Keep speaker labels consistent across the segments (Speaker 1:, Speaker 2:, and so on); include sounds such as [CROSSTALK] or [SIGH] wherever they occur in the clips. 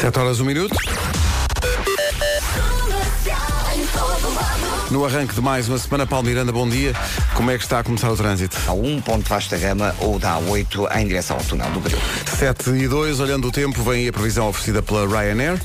Speaker 1: 7 horas, 1 minuto. No arranque de mais uma semana, Paulo Miranda, bom dia. Como é que está a começar o trânsito?
Speaker 2: A 1 ponto vasta gama ou da A8 em direção ao túnel do Grilo.
Speaker 1: 7 e 2, olhando o tempo, vem aí a previsão oferecida pela Ryanair.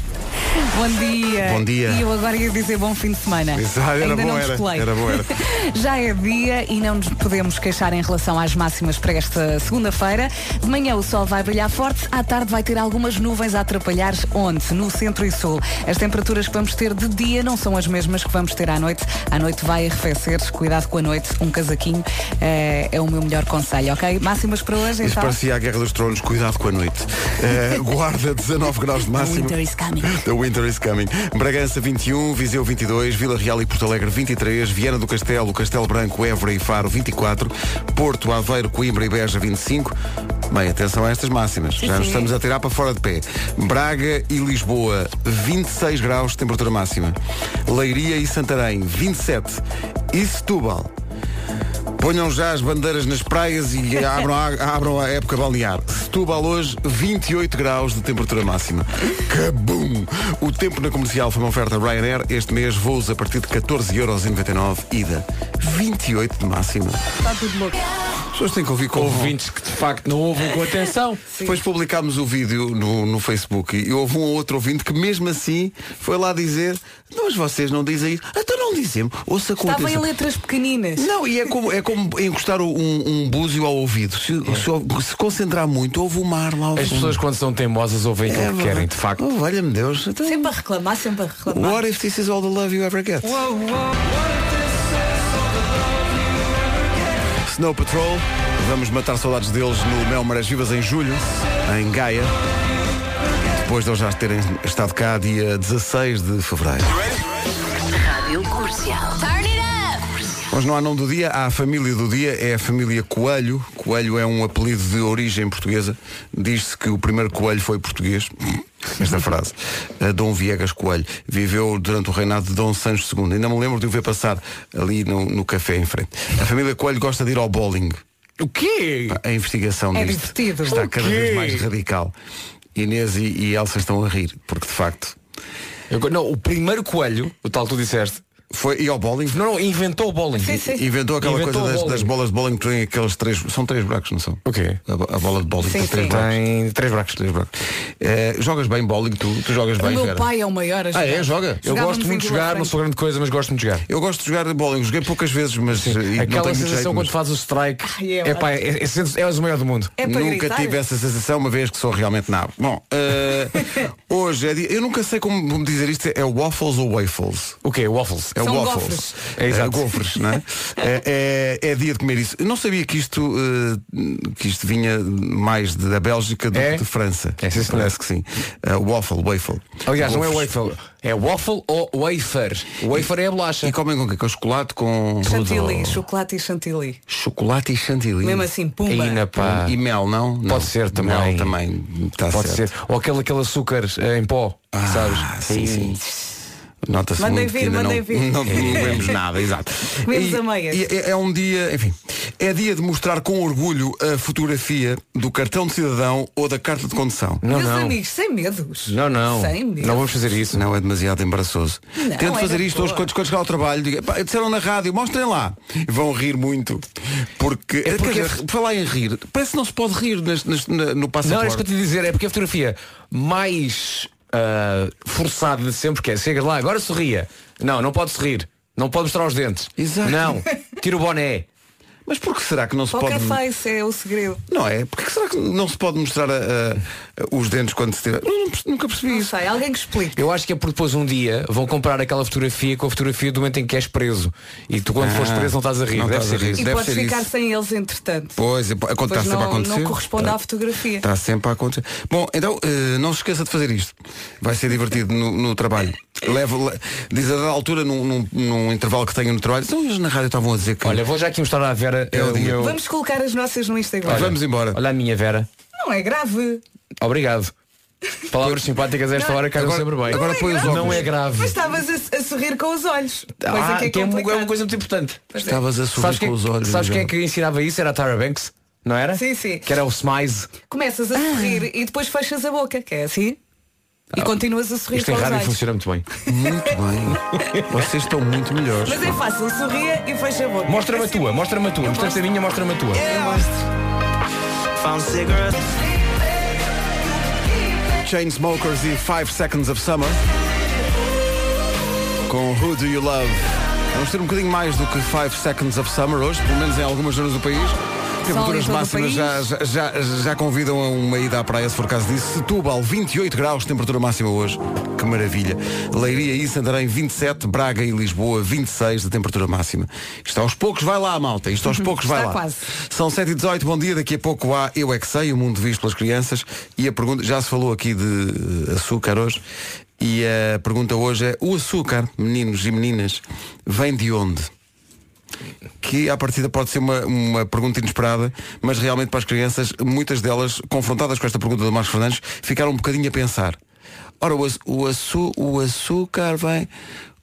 Speaker 3: Bom dia.
Speaker 1: Bom dia.
Speaker 3: E eu agora ia dizer bom fim de semana.
Speaker 1: Exato, era
Speaker 3: Ainda
Speaker 1: bom,
Speaker 3: não
Speaker 1: era.
Speaker 3: descolei.
Speaker 1: Era bom, era.
Speaker 3: [LAUGHS] Já é dia e não nos podemos queixar em relação às máximas para esta segunda-feira. De manhã o sol vai brilhar forte, à tarde vai ter algumas nuvens a atrapalhar onde? No centro e sul. As temperaturas que vamos ter de dia não são as mesmas que vamos ter à noite. À noite vai arrefecer, cuidado com a noite, um casaquinho eh, é o meu melhor conselho, ok? Máximas para hoje,
Speaker 1: Isto
Speaker 3: então.
Speaker 1: parecia a Guerra dos Tronos, cuidado com a noite. Eh, [LAUGHS] guarda 19 graus de máximo.
Speaker 3: Winter is coming.
Speaker 1: The Winter is Coming. Bragança 21, Viseu 22, Vila Real e Porto Alegre 23, Viana do Castelo, Castelo Branco, Évora e Faro 24, Porto, Aveiro, Coimbra e Beja 25. Bem, atenção a estas máximas. Já nos estamos a tirar para fora de pé. Braga e Lisboa, 26 graus de temperatura máxima. Leiria e Santarém, 27. E Setúbal. Ponham já as bandeiras nas praias e [LAUGHS] abram a, abram a época balnear. Setúbal hoje, 28 graus de temperatura máxima. Cabum! O tempo na comercial foi uma oferta Ryanair. Este mês voos a partir de 14,99€ ida. 28 de máxima.
Speaker 3: Está Tá tudo louco.
Speaker 1: As pessoas têm que ouvir com
Speaker 4: Ouvintes que de facto não ouvem
Speaker 1: [LAUGHS]
Speaker 4: com atenção.
Speaker 1: Depois publicámos o vídeo no, no Facebook e houve um ou outro ouvinte que mesmo assim foi lá dizer mas vocês não dizem isso. Então não dizemos. Ouça com
Speaker 3: Estava em
Speaker 1: atenção.
Speaker 3: letras pequeninas.
Speaker 1: Não, e é como, é como encostar o- um, um búzio ao ouvido. Se, se, se concentrar muito, ouve o mar lá ao
Speaker 4: É. As
Speaker 1: fundo.
Speaker 4: pessoas quando são teimosas ouvem
Speaker 1: É
Speaker 4: aquilo que
Speaker 1: verdade.
Speaker 4: querem, de facto.
Speaker 1: Oh, valha-me Deus. Então,
Speaker 3: Sempre a reclamar, sempre a reclamar.
Speaker 1: what if this is all the love you ever get? Snow Patrol. Vamos matar saudades deles no Mel Marés Vivas em julho, em Gaia. Depois de eles já terem estado cá dia 16 de fevereiro.
Speaker 5: Rádio Comercial. Turn it up!
Speaker 1: Hoje não há nome do dia, há a família do dia, é a família Coelho. Coelho é um apelido de origem portuguesa. Diz-se que o primeiro coelho foi português. [LAUGHS] Esta frase. A Dom Viegas Coelho viveu durante o reinado de Dom Sancho II. Ainda me lembro de o ver passar ali no, no café em frente. A família Coelho gosta de ir ao bowling.
Speaker 4: O quê?
Speaker 1: A investigação
Speaker 3: É
Speaker 1: disto
Speaker 3: divertido.
Speaker 1: está
Speaker 3: O
Speaker 1: cada
Speaker 4: quê?
Speaker 1: vez mais radical. Inês e, e Elsa estão a rir, porque de facto
Speaker 4: Eu- não, o primeiro coelho, o tal que tu disseste,
Speaker 1: foi e ao bowling.
Speaker 4: não, não, inventou o bowling.
Speaker 3: Sim, sim.
Speaker 1: Inventou aquela
Speaker 4: Inventou
Speaker 1: coisa
Speaker 4: o
Speaker 1: das,
Speaker 4: bowling.
Speaker 1: das bolas de bowling que tem aqueles três. São três buracos, não são?
Speaker 4: O quê?
Speaker 1: A, bo- a bola de bowling
Speaker 3: Sim,
Speaker 1: tem três
Speaker 3: sim.
Speaker 1: buracos.
Speaker 4: Tem três buracos.
Speaker 1: Três buracos. Eh, jogas bem bowling, tu, tu jogas
Speaker 3: O
Speaker 1: bem,
Speaker 3: meu
Speaker 1: Vera?
Speaker 3: pai é o maior a
Speaker 1: Ah, é? Joga?
Speaker 4: Eu
Speaker 3: Jogávamos
Speaker 4: gosto muito de
Speaker 3: em
Speaker 4: jogar,
Speaker 3: Vila
Speaker 4: não sou grande coisa, mas gosto muito de jogar.
Speaker 1: Eu gosto de jogar bowling, joguei poucas vezes, mas eh, e não
Speaker 4: Aquela
Speaker 1: tenho
Speaker 4: sensação
Speaker 1: muito jeito,
Speaker 4: quando
Speaker 1: mas
Speaker 4: faz o strike,
Speaker 3: Ai, é
Speaker 4: é, pá, é, é, sentes- és o maior do mundo.
Speaker 3: É para
Speaker 1: Nunca
Speaker 3: gritar?
Speaker 1: tive essa sensação, uma vez que sou realmente nabo. Bom,
Speaker 3: [LAUGHS]
Speaker 1: eh, hoje é dia. Eu nunca sei como como dizer isto, é waffles ou waffles?
Speaker 4: O quê? Waffles.
Speaker 1: É
Speaker 3: São
Speaker 1: o waffles.
Speaker 3: gofres.
Speaker 4: É, exato.
Speaker 1: gofres, não é?
Speaker 4: [LAUGHS]
Speaker 1: é, é- é dia de comer isso. Eu não sabia que isto, eh, que isto vinha mais de- da Bélgica do
Speaker 4: É?
Speaker 1: que de França.
Speaker 4: É, sim, senhor.
Speaker 1: Parece que sim. Eh, waffle, waffle.
Speaker 4: Aliás, não é
Speaker 1: Gofres.
Speaker 4: waffle, é waffle ou wafer. Wafer é a bolacha.
Speaker 1: E comem com o quê? Com chocolate, com
Speaker 3: Chantilly, chocolate e chantilly.
Speaker 1: chocolate e chantilly.
Speaker 3: Mesmo assim, pumba.
Speaker 4: Aí na pá.
Speaker 1: E mel, não? Não.
Speaker 4: Pode ser também.
Speaker 1: Mel também. Está
Speaker 4: Pode
Speaker 1: certo.
Speaker 4: ser. Ou aquele, aquele açúcar eh, em pó, sabes?
Speaker 1: Ah, sim, sim. Nota-se
Speaker 3: Mandem
Speaker 1: muito que
Speaker 3: vir,
Speaker 1: ainda
Speaker 3: mandem
Speaker 1: não,
Speaker 3: vir.
Speaker 1: [LAUGHS] não comemos nada, exato.
Speaker 3: Comemos
Speaker 1: E-
Speaker 3: a meias.
Speaker 1: e é, é um dia, enfim, é dia de mostrar com orgulho a fotografia do cartão de cidadão ou da carta de condução.
Speaker 4: Não,
Speaker 3: Meus
Speaker 4: não.
Speaker 3: amigos, sem medos.
Speaker 4: Não, não.
Speaker 3: Sem medos.
Speaker 4: Não vamos fazer isso.
Speaker 1: Não é demasiado embaraçoso.
Speaker 3: Não,
Speaker 1: Tento
Speaker 3: é
Speaker 1: fazer
Speaker 3: da
Speaker 1: isto
Speaker 3: boa.
Speaker 1: hoje quando, quando chegar ao trabalho. Diga, "Pá, disseram na rádio, mostrem lá. Vão rir muito. Porque,
Speaker 4: É porque-
Speaker 1: quer dizer, falar em rir, parece que não se pode rir nas- nas- na- no
Speaker 4: Não,
Speaker 1: passaporte.
Speaker 4: é isso que eu te ia dizer, é porque a fotografia mais ah, forçada de sempre que é, chegas lá, agora sorria. Não, não pode sorrir. Não pode mostrar os dentes.
Speaker 1: Exato.
Speaker 4: Não, tira o boné.
Speaker 1: Mas por que será que não se
Speaker 3: Poker
Speaker 1: pode.
Speaker 3: face é o segredo.
Speaker 1: Não é? Porque será que não se pode mostrar a- a- os dentes quando se tira? Não, não perce- nunca percebi
Speaker 3: Não
Speaker 1: isso.
Speaker 3: sei, alguém que explique.
Speaker 4: Eu acho que é porque depois um dia vão comprar aquela fotografia com a fotografia do momento em que és preso. E tu quando
Speaker 1: Ah,
Speaker 4: fores preso não estás a rir.
Speaker 1: não
Speaker 4: Deve
Speaker 1: estás a
Speaker 4: ser
Speaker 1: rir.
Speaker 4: isso.
Speaker 3: E
Speaker 1: deve
Speaker 3: podes
Speaker 1: ser
Speaker 3: ficar
Speaker 1: isso.
Speaker 3: sem eles entretanto.
Speaker 1: Pois, é, pá, está
Speaker 3: Pois
Speaker 1: sempre a
Speaker 3: não-
Speaker 1: acontecer. Tá.
Speaker 3: não corresponde à fotografia.
Speaker 1: Está sempre a acontecer. Bom, então eh, não se esqueça de fazer isto. Vai ser divertido no, no trabalho. Leva, le- diz a dada altura, num, num- num intervalo que tenho no trabalho, então eles na rádio estavam a dizer que.
Speaker 4: Olha, vou já aqui mostrar à Vera
Speaker 1: É
Speaker 4: eh,
Speaker 1: o
Speaker 4: o
Speaker 1: dia.
Speaker 4: meu.
Speaker 3: Vamos colocar as nossas no Instagram.
Speaker 4: Olha,
Speaker 1: Vamos embora.
Speaker 4: Olha a minha Vera.
Speaker 3: Não é grave.
Speaker 4: Obrigado. Palavras simpáticas a esta
Speaker 3: Não,
Speaker 4: hora caem
Speaker 1: agora-
Speaker 4: sempre bem.
Speaker 1: agora
Speaker 3: Não é
Speaker 1: põe os
Speaker 3: grave.
Speaker 1: óculos.
Speaker 4: Não é grave.
Speaker 3: Mas estavas a, a sorrir com os olhos. Coisa
Speaker 4: Ah,
Speaker 3: que é,
Speaker 4: que é uma- é uma
Speaker 3: complicada.
Speaker 4: coisa muito importante.
Speaker 1: Estavas a sorrir
Speaker 4: Sabes,
Speaker 1: com
Speaker 4: quem,
Speaker 1: os olhos.
Speaker 4: sabes quem é
Speaker 1: Miguel.
Speaker 4: que ensinava isso? Era a Tara Banks, não era?
Speaker 3: Sim, sim.
Speaker 4: Que era o Smize.
Speaker 1: Ah.
Speaker 3: Começas a sorrir e depois fechas a boca, que é assim. E
Speaker 1: Ah,
Speaker 3: continuas a sorrir
Speaker 4: Isto
Speaker 3: com
Speaker 4: em
Speaker 3: os
Speaker 4: rádio
Speaker 3: olhos.
Speaker 4: funciona muito bem.
Speaker 1: Muito bem. Vocês estão muito melhores.
Speaker 3: Mas é fácil, sorria e fecha a boca. É assim.
Speaker 4: Mostra-me a tua, mostra-me a tua. Mostraste a minha, mostra-me a tua.
Speaker 1: Chainsmokers e 5 Seconds of Summer. Com Who Do You Love? Vamos ter um bocadinho mais do que 5 Seconds of Summer hoje, pelo menos em algumas zonas do país. Temperaturas
Speaker 3: em todo o
Speaker 1: máximas
Speaker 3: país.
Speaker 1: já, já, já- já convidam a uma ida à praia, se for caso disso. Setúbal, 28 graus, temperatura máxima hoje. Que maravilha. Leiria e Santarém, 27. Braga e Lisboa, 26 de temperatura máxima. Isto aos poucos vai lá, malta. Isto aos poucos vai
Speaker 3: Uhum. está
Speaker 1: lá.
Speaker 3: quase.
Speaker 1: São 7 e 18 bom dia. Daqui a pouco há Eu É Que Sei, o mundo visto pelas crianças. E a pergunta, já se falou aqui de eh, açúcar hoje. E a pergunta hoje é, o açúcar, meninos e meninas, vem de onde? Que à partida pode ser uma, uma pergunta inesperada, mas realmente para as crianças, muitas delas, confrontadas com esta pergunta do Marcos Fernandes, ficaram um bocadinho a pensar. Ora, o, aç- o, açu, o açúcar vem.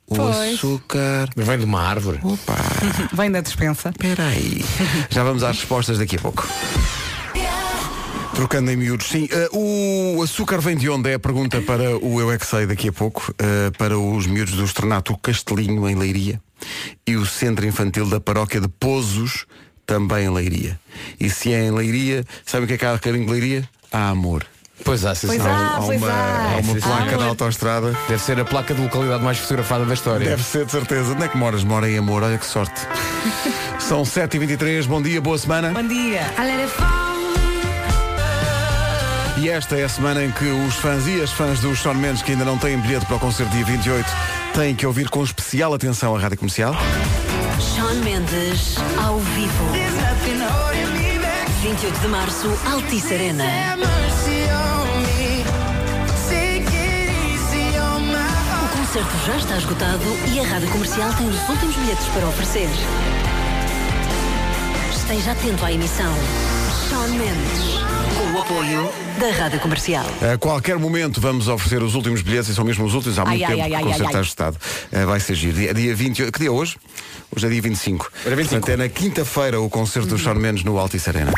Speaker 1: O
Speaker 3: Pois.
Speaker 1: açúcar.
Speaker 4: Mas vem de uma árvore.
Speaker 1: Opa!
Speaker 3: [LAUGHS] Vem da dispensa.
Speaker 1: Espera
Speaker 3: [LAUGHS]
Speaker 1: aí. Já vamos às respostas daqui a pouco. Trocando em miúdos, sim. eh, o açúcar vem de onde? É a pergunta para o Eu É Que Sei daqui a pouco, eh, para os miúdos do Estrenato Castelinho, em Leiria, e o Centro Infantil da Paróquia de Pozos, também em Leiria. E se é em Leiria, sabem o que é que há carinho de Leiria? Há amor.
Speaker 4: Pois há, sim,
Speaker 3: Pois
Speaker 4: senhor.
Speaker 3: há,
Speaker 1: há
Speaker 3: pois
Speaker 1: uma,
Speaker 3: há.
Speaker 1: há uma
Speaker 4: Sim,
Speaker 1: placa
Speaker 4: senhor.
Speaker 1: da autoestrada.
Speaker 4: Deve ser a placa de localidade mais fotografada da história.
Speaker 1: Deve ser, de certeza. Onde é que moras? Mora em amor, olha que
Speaker 3: [LAUGHS]
Speaker 1: sorte. São 7h23, bom dia, boa semana.
Speaker 3: Bom dia.
Speaker 1: E esta é a semana em que os fãs e as fãs dos Shawn Mendes que ainda não têm bilhete para o concerto dia 28 têm que ouvir com especial atenção a Rádio Comercial.
Speaker 5: Sean Mendes ao vivo. 28 de março, Altice Arena. O concerto já está esgotado e a rádio comercial tem os últimos bilhetes para oferecer. Esteja atento à emissão. Sean Mendes. Com o apoio da rádio comercial.
Speaker 1: A qualquer momento vamos oferecer os últimos bilhetes e são mesmo os últimos. Há muito
Speaker 3: Ai, ai,
Speaker 1: tempo
Speaker 3: ai,
Speaker 1: que o
Speaker 3: ai,
Speaker 1: concerto
Speaker 3: ai,
Speaker 1: está
Speaker 3: ai.
Speaker 1: ajustado. Eh, vai ser giro. Dia, dia 28. Que dia é hoje? Hoje é dia 25.
Speaker 4: Era 25.
Speaker 1: Portanto, é na quinta-feira o concerto
Speaker 3: Uhum.
Speaker 1: dos Shawn Mendes no Altice Arena.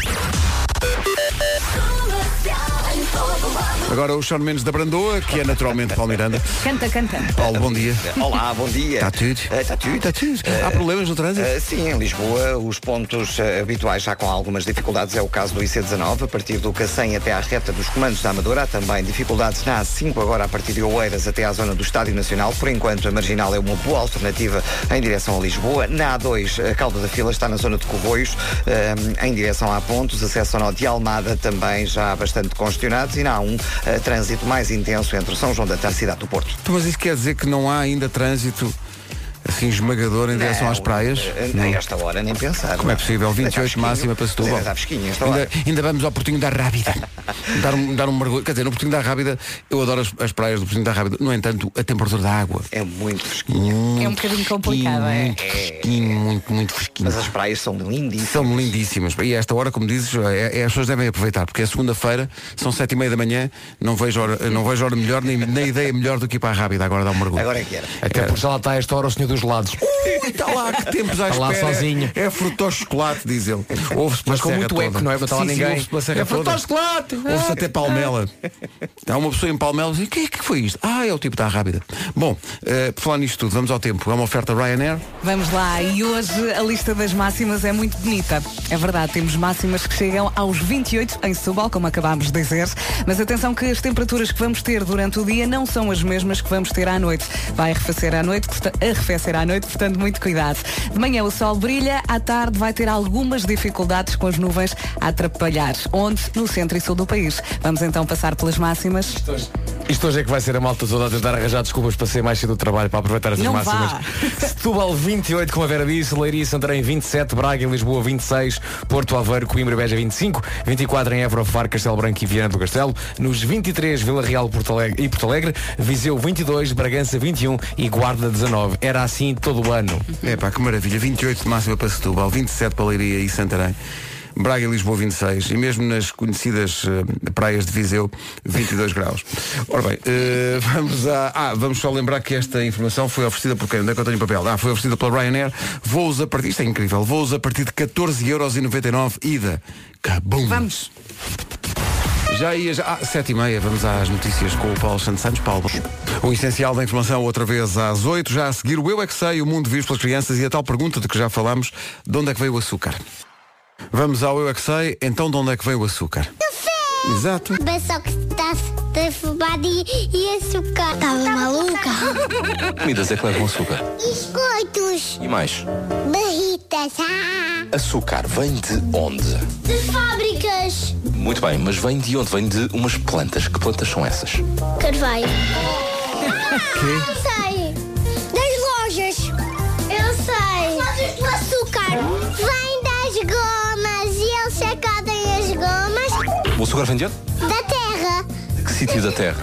Speaker 1: Agora o Shawn Mendes da Brandoa, que é naturalmente Paulo Miranda.
Speaker 3: Canta, canta.
Speaker 1: Paulo, bom dia.
Speaker 2: Olá, bom dia. Eh,
Speaker 1: Está tudo?
Speaker 2: Está tudo.
Speaker 1: Está tudo? Há problemas no trânsito?
Speaker 2: Ah, sim, em Lisboa, os pontos ah, habituais já com algumas dificuldades. É o caso do IC19, a partir do Cacém até à reta dos comandos da Amadora. Há também dificuldades na A5, agora a partir de Oeiras até à zona do Estádio Nacional. Por enquanto, a Marginal é uma boa alternativa em direção a Lisboa. Na A2, a Calda da Fila está na zona de Corroios, ah, em direção a Pontos. Acesso ao Nó de Almada também já bastante congestionados. E na A1, ah, trânsito mais intenso entre São João da Tarde e Cidade do Porto.
Speaker 1: Então, Mas isso quer dizer que não há ainda trânsito assim esmagador em direção às praias?
Speaker 2: Nem
Speaker 1: Não.
Speaker 2: esta hora, nem pensar.
Speaker 1: Como é possível?
Speaker 2: Ainda está
Speaker 1: 28
Speaker 2: fresquinho.
Speaker 1: máxima para Setúbal.
Speaker 2: Ainda Está fresquinho esta hora.
Speaker 1: Ainda, ainda vamos ao Portinho da Rábida. dar, um, dar um mergulho. Quer dizer, no Portinho da Rábida, eu adoro as, as praias do Portinho da Rábida. No entanto, a temperatura da água.
Speaker 2: É muito fresquinho.
Speaker 4: Hum,
Speaker 1: Muito
Speaker 3: É um bocadinho complicado, é?
Speaker 1: Muito fresquinho, muito, muito fresquinho.
Speaker 2: Mas as praias são lindíssimas.
Speaker 1: São lindíssimas. E a esta hora, como dizes, é, é- as pessoas devem aproveitar, porque é segunda-feira, são sete e meia da manhã, não vejo hora, não vejo hora melhor, nem, nem ideia melhor do que ir para a Rábida agora dar um mergulho.
Speaker 2: Agora é que era.
Speaker 4: Até porque já lá está a esta hora o senhor dos lados.
Speaker 1: Ui, está tá lá que tempos à
Speaker 4: Está Tá lá
Speaker 1: espera.
Speaker 4: sozinho.
Speaker 1: É frutós chocolate, diz ele. Ouve-se pela
Speaker 4: Mas com
Speaker 1: serra
Speaker 4: [LAUGHS] muito
Speaker 1: toda.
Speaker 4: eco, não é? Não está lá
Speaker 1: Sim, sim,
Speaker 4: ninguém.
Speaker 1: Ouve-se pela serra
Speaker 4: É
Speaker 1: toda.
Speaker 4: frutós chocolate.
Speaker 1: Ouve-se até Palmela. Há uma pessoa em Palmela e diz, o que, é- que foi isto? Ah, é o tipo da Rábida. Bom, eh, por falar nisto tudo, vamos ao tempo. É uma oferta Ryanair.
Speaker 3: Vamos lá, e hoje a lista das máximas é muito bonita. É verdade, temos máximas que chegam aos 28 em Setúbal, como acabámos de dizer. Mas atenção que as temperaturas que vamos ter durante o dia não são as mesmas que vamos ter à noite. Vai arrefecer à noite, porta- arrefecer à noite, portanto muito cuidado. De manhã o sol brilha, à tarde vai ter algumas dificuldades com as nuvens a atrapalhar. Onde? No centro e sul do país. Vamos então passar pelas máximas.
Speaker 4: Isto hoje é que vai ser a malta toda a tentar arranjar desculpas para sair mais cedo do trabalho para aproveitar essas
Speaker 3: Não
Speaker 4: máximas.
Speaker 3: vá.
Speaker 4: [LAUGHS] Setúbal 28, como a Vera disse, Leiria e Santarém 27, Braga e Lisboa 26, Porto Aveiro, Coimbra e Beja 25, 24 em Évora, Faro, Castelo Branco e Viana do Castelo, nos 23 Vila Real Porto Alegre, e Porto Alegre, Viseu 22, Bragança 21 e Guarda 19. Era assim todo o ano.
Speaker 1: É pá, que maravilha. 28 de máxima para Setúbal, 27 para Leiria e Santarém. Braga e Lisboa 26 e mesmo nas conhecidas eh, praias de Viseu 22 graus. Ora bem, eh, vamos a ah, vamos só lembrar que esta informação foi oferecida por quem? Onde é que eu tenho papel? Ah, foi oferecida pela Ryanair. Voos a partir, isto é incrível, voos a partir de 14,99€ ida. Cabum.
Speaker 3: Vamos.
Speaker 1: Já ia, já. Ah, sete e meia, vamos às notícias com o Paulo Santos Santos. Paulo. O essencial da informação outra vez às oito, já a seguir o Eu É Que Sei, o mundo visto pelas crianças e a tal pergunta de que já falámos, de onde é que veio o açúcar? Vamos ao Eu É Que Sei, então de onde é que veio o açúcar? Exato.
Speaker 6: Mas só que está-se transformado e, e açúcar. Estava maluca.
Speaker 7: Comidas é que levam açúcar.
Speaker 6: [LAUGHS] Biscoitos,
Speaker 7: E mais,
Speaker 6: barritas, ah!
Speaker 7: açúcar vem de onde?
Speaker 6: De fábricas.
Speaker 7: Muito bem, mas vem de onde? Vem de umas plantas. Que plantas são essas? [LAUGHS]
Speaker 6: Carvalho. Eu sei. Das lojas. Eu sei. Lojas do açúcar. Vem das gomas e eles sacadem as gomas
Speaker 7: O açúcar vem de onde?
Speaker 6: da terra.
Speaker 7: De que sítio da Terra?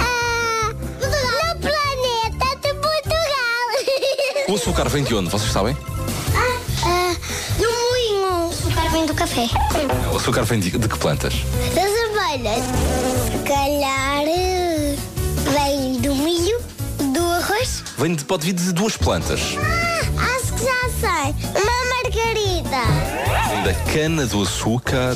Speaker 6: Ah, no planeta de Portugal.
Speaker 7: O açúcar vem de onde? Vocês sabem?
Speaker 6: Ah, do moinho. Açúcar vem do café.
Speaker 7: O açúcar vem de, de que plantas?
Speaker 6: Das abelhas. Se calhar eh, vem do milho, do arroz.
Speaker 7: Vem de, pode vir de duas plantas.
Speaker 6: Ah, acho que já sei. Uma margarida.
Speaker 7: Vem da cana do açúcar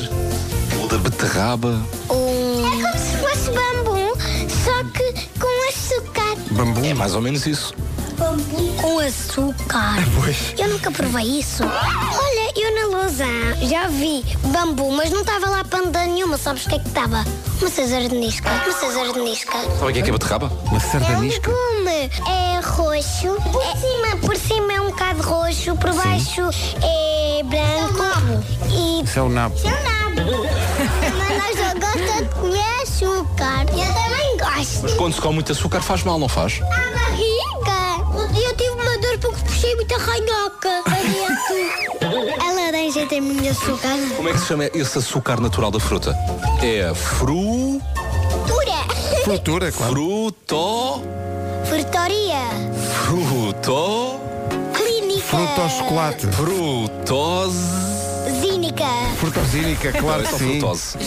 Speaker 7: ou da beterraba.
Speaker 6: É como se fosse bambu, só que com açúcar.
Speaker 1: Bambu.
Speaker 7: É mais ou menos isso.
Speaker 6: Bambu com açúcar.
Speaker 1: Pois.
Speaker 6: Eu nunca provei isso. Olha, eu na Lousã já vi bambu, mas não estava lá panda nenhuma. Sabes o que é que estava? Uma sardinisca. Uma sardinisca.
Speaker 7: Sabem o que é que é beterraba?
Speaker 1: Uma
Speaker 6: É um
Speaker 1: sardanisca.
Speaker 6: legume. É roxo. Por cima, por cima é um bocado roxo, por baixo é branco. E
Speaker 1: Isso é o nabo.
Speaker 6: seu nabo. Mas eu gosto de comer açúcar. Eu também gosto.
Speaker 7: Mas quando se come muito açúcar faz mal, não faz?
Speaker 6: A barriga. Eu tive uma dor porque puxei muita ranhoca. A laranja tem muito açúcar.
Speaker 7: Como é que se chama esse açúcar natural da fruta? É fru...
Speaker 6: Dura.
Speaker 1: Cultura, claro.
Speaker 7: fruto...
Speaker 6: Frutoria.
Speaker 7: fruto...
Speaker 6: Clínica.
Speaker 1: Fruta ao chocolate.
Speaker 7: frutose...
Speaker 6: Zínica.
Speaker 1: Frutosínica, claro que
Speaker 7: Só
Speaker 1: sim.
Speaker 7: frutose.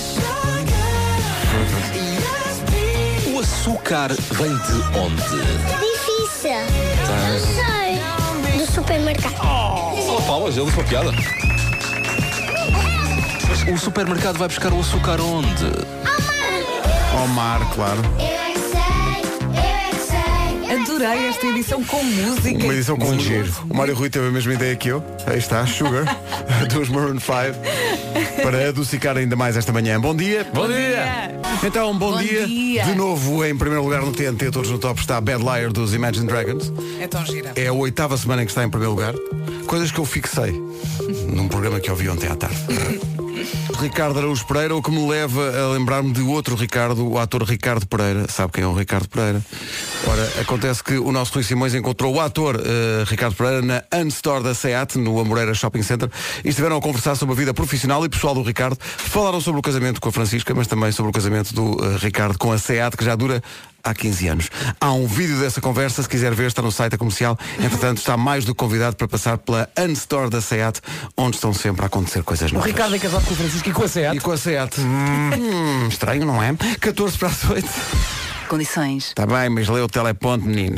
Speaker 7: O açúcar vem de onde?
Speaker 6: Difícil. Eu sei. Do supermercado.
Speaker 7: Só palmas, ele foi piada. Mas o supermercado vai buscar o açúcar onde?
Speaker 1: Ao mar, claro.
Speaker 6: Eu é que sei, eu é que sei.
Speaker 3: Adorei esta edição com música.
Speaker 1: Uma edição com
Speaker 4: Muito
Speaker 1: giro. O Mário Rui teve a mesma ideia que eu. Aí está, Sugar, [LAUGHS] dos Maroon 5. Para adocicar ainda mais esta manhã. Bom dia.
Speaker 4: Bom dia!
Speaker 1: Então, bom,
Speaker 3: Bom
Speaker 1: dia.
Speaker 3: dia.
Speaker 1: De novo, em primeiro lugar no TNT, todos no top, está Bad Liar dos Imagine Dragons.
Speaker 3: É tão gira.
Speaker 1: É a oitava semana em que está em primeiro lugar. Coisas que eu fixei num programa que ouvi ontem à tarde. Ricardo Araújo Pereira, o que me leva a lembrar-me de outro Ricardo, o ator Ricardo Pereira. Sabe quem é o Ricardo Pereira? Ora, acontece que o nosso Rui Simões encontrou o ator eh, Ricardo Pereira na Unstore da SEAT, no Amoreira Shopping Center, e estiveram a conversar sobre a vida profissional e pessoal do Ricardo. Falaram sobre o casamento com a Francisca, mas também sobre o casamento do eh, Ricardo com a SEAT, que já dura há 15 anos. Há um vídeo dessa conversa, se quiser ver, está no site da comercial. Entretanto, está mais do que convidado para passar pela Unstore da SEAT, onde estão sempre a acontecer coisas
Speaker 4: O
Speaker 1: novas.
Speaker 4: Ricardo é casado com o Francisco e com a
Speaker 1: E
Speaker 4: Seat.
Speaker 1: com a SEAT. Hum, estranho, não é? 14 para as 8.
Speaker 3: Condições.
Speaker 1: Está bem, mas leu o teleponto, menino.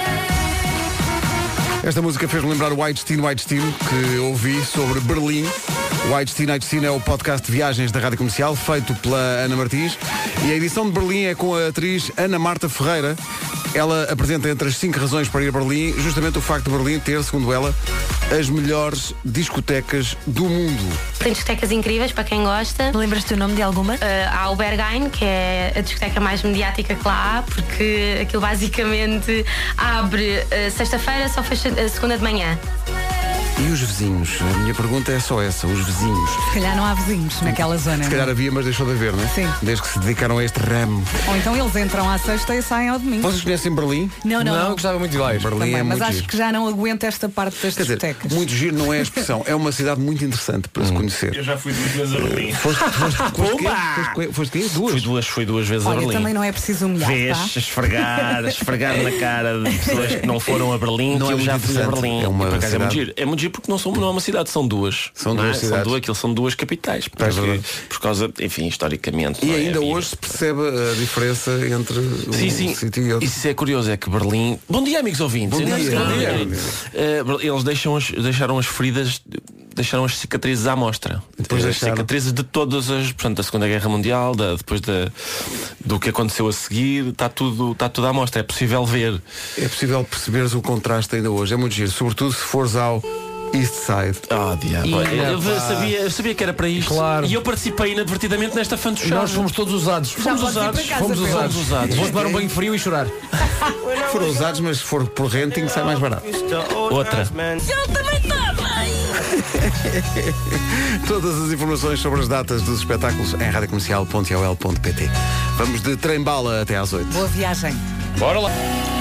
Speaker 1: Esta música fez-me lembrar o White Steam, White Steam, que ouvi sobre Berlim. White Steam, White Steam é o podcast de viagens da Rádio Comercial, feito pela Ana Martins. E a edição de Berlim é com a atriz Ana Marta Ferreira. Ela apresenta entre as cinco razões para ir a Berlim, justamente o facto de Berlim ter, segundo ela, as melhores discotecas do mundo.
Speaker 8: Tem discotecas incríveis para quem gosta.
Speaker 5: Lembras-te o nome de alguma?
Speaker 8: Eh, há o Berghain, que é a discoteca mais mediática que lá há, porque aquilo basicamente abre eh, sexta-feira, só fecha eh, segunda de manhã.
Speaker 1: E os vizinhos? A minha pergunta é só essa, os vizinhos.
Speaker 3: Se calhar não há vizinhos naquela zona.
Speaker 1: Se calhar havia, mas deixou de haver, não é?
Speaker 3: Sim.
Speaker 1: Desde que se dedicaram a este ramo.
Speaker 3: Ou então eles entram à sexta e saem ao domingo.
Speaker 1: Vocês conhecem Berlim?
Speaker 3: Não, não,
Speaker 4: Não,
Speaker 3: não.
Speaker 4: gostava muito de ir lá.
Speaker 1: Berlim
Speaker 3: Também,
Speaker 1: é
Speaker 3: mas
Speaker 1: muito
Speaker 3: acho
Speaker 1: giro.
Speaker 3: que já não aguento esta parte das
Speaker 1: Quer dizer,
Speaker 3: discotecas.
Speaker 1: muito giro não é a expressão, é uma cidade muito interessante para
Speaker 4: Uhum.
Speaker 1: se conhecer.
Speaker 9: Eu já fui duas vezes a Berlim.
Speaker 1: Foste, [LAUGHS] foste, foste, quê? foste, quê? foste quê? Duas?
Speaker 9: Fui duas, fui duas vezes a
Speaker 3: Olha,
Speaker 9: Berlim.
Speaker 3: também não é preciso humilhar,
Speaker 9: Vês,
Speaker 3: tá?
Speaker 9: esfregar, esfregar na cara de pessoas que não foram a Berlim,
Speaker 1: Não
Speaker 9: que
Speaker 1: é
Speaker 9: eu
Speaker 1: muito
Speaker 9: já fui a
Speaker 1: interessante.
Speaker 9: Berlim.
Speaker 1: É uma
Speaker 9: E por acaso é muito
Speaker 1: cidade-
Speaker 9: giro. É muito giro porque não, são, não é uma cidade, são duas.
Speaker 1: São
Speaker 9: Não é?
Speaker 1: duas cidades.
Speaker 9: São duas, aquilo são duas capitais.
Speaker 1: Pois é
Speaker 9: porque-
Speaker 1: verdade.
Speaker 9: por causa, enfim, historicamente.
Speaker 1: E
Speaker 9: não é?
Speaker 1: ainda
Speaker 9: Havia-
Speaker 1: hoje se percebe a diferença entre um
Speaker 9: Sim, sim.
Speaker 1: sítio e outro.
Speaker 9: Isso é curioso, é que Berlim. Bom dia, amigos ouvintes.
Speaker 1: Bom
Speaker 9: Eu não
Speaker 1: dia.
Speaker 9: sei
Speaker 1: Bom
Speaker 9: nada.
Speaker 1: dia.
Speaker 9: Eh, eles deixam as- deixaram as feridas deixaram as cicatrizes à mostra.
Speaker 1: Depois
Speaker 9: as
Speaker 1: deixaram.
Speaker 9: cicatrizes de todas as, portanto, da Segunda Guerra Mundial, da- depois da, do que aconteceu a seguir, está tudo, está tudo à mostra, é possível ver.
Speaker 1: É possível perceberes o contraste ainda hoje. É muito giro, sobretudo se fores ao East Side.
Speaker 9: Ah,
Speaker 1: É
Speaker 9: diabo.
Speaker 4: Olha,
Speaker 9: Eu, eu
Speaker 4: pá.
Speaker 9: sabia, eu sabia que era para isto
Speaker 4: Claro.
Speaker 9: e eu participei inadvertidamente nesta fantochada.
Speaker 4: Nós fomos todos usados.
Speaker 3: Já
Speaker 9: Fomos
Speaker 3: podes ir
Speaker 9: usados,
Speaker 3: para casa,
Speaker 4: Fomos
Speaker 3: Pedro.
Speaker 4: usados.
Speaker 9: Fomos usados.
Speaker 4: Vou tomar um banho frio e
Speaker 3: [LAUGHS]
Speaker 4: chorar.
Speaker 1: Foram usados, mas se for por renting sai mais barato.
Speaker 3: é
Speaker 9: Outra.
Speaker 1: [LAUGHS]
Speaker 8: tá
Speaker 1: Todas as informações sobre as datas dos espetáculos em radiocomercial.ol.pt. Vamos de trem-bala até às 8.
Speaker 3: Boa viagem.
Speaker 9: Bora lá.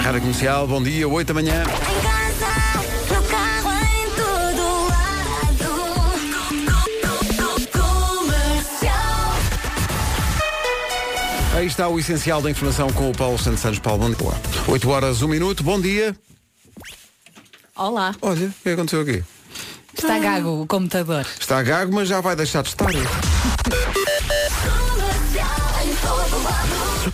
Speaker 1: Rádio Comercial, bom dia, 8 da manhã.
Speaker 5: Em casa, no carro, em todo lado. Comercial.
Speaker 1: Aí está o essencial da informação com o Paulo Santos Santos. Paulo, bom dia. 8 horas, 1 minuto, bom dia.
Speaker 3: Olá.
Speaker 1: Olha, o que aconteceu aqui?
Speaker 3: Está gago o computador.
Speaker 1: Está gago, mas já vai deixar de estar.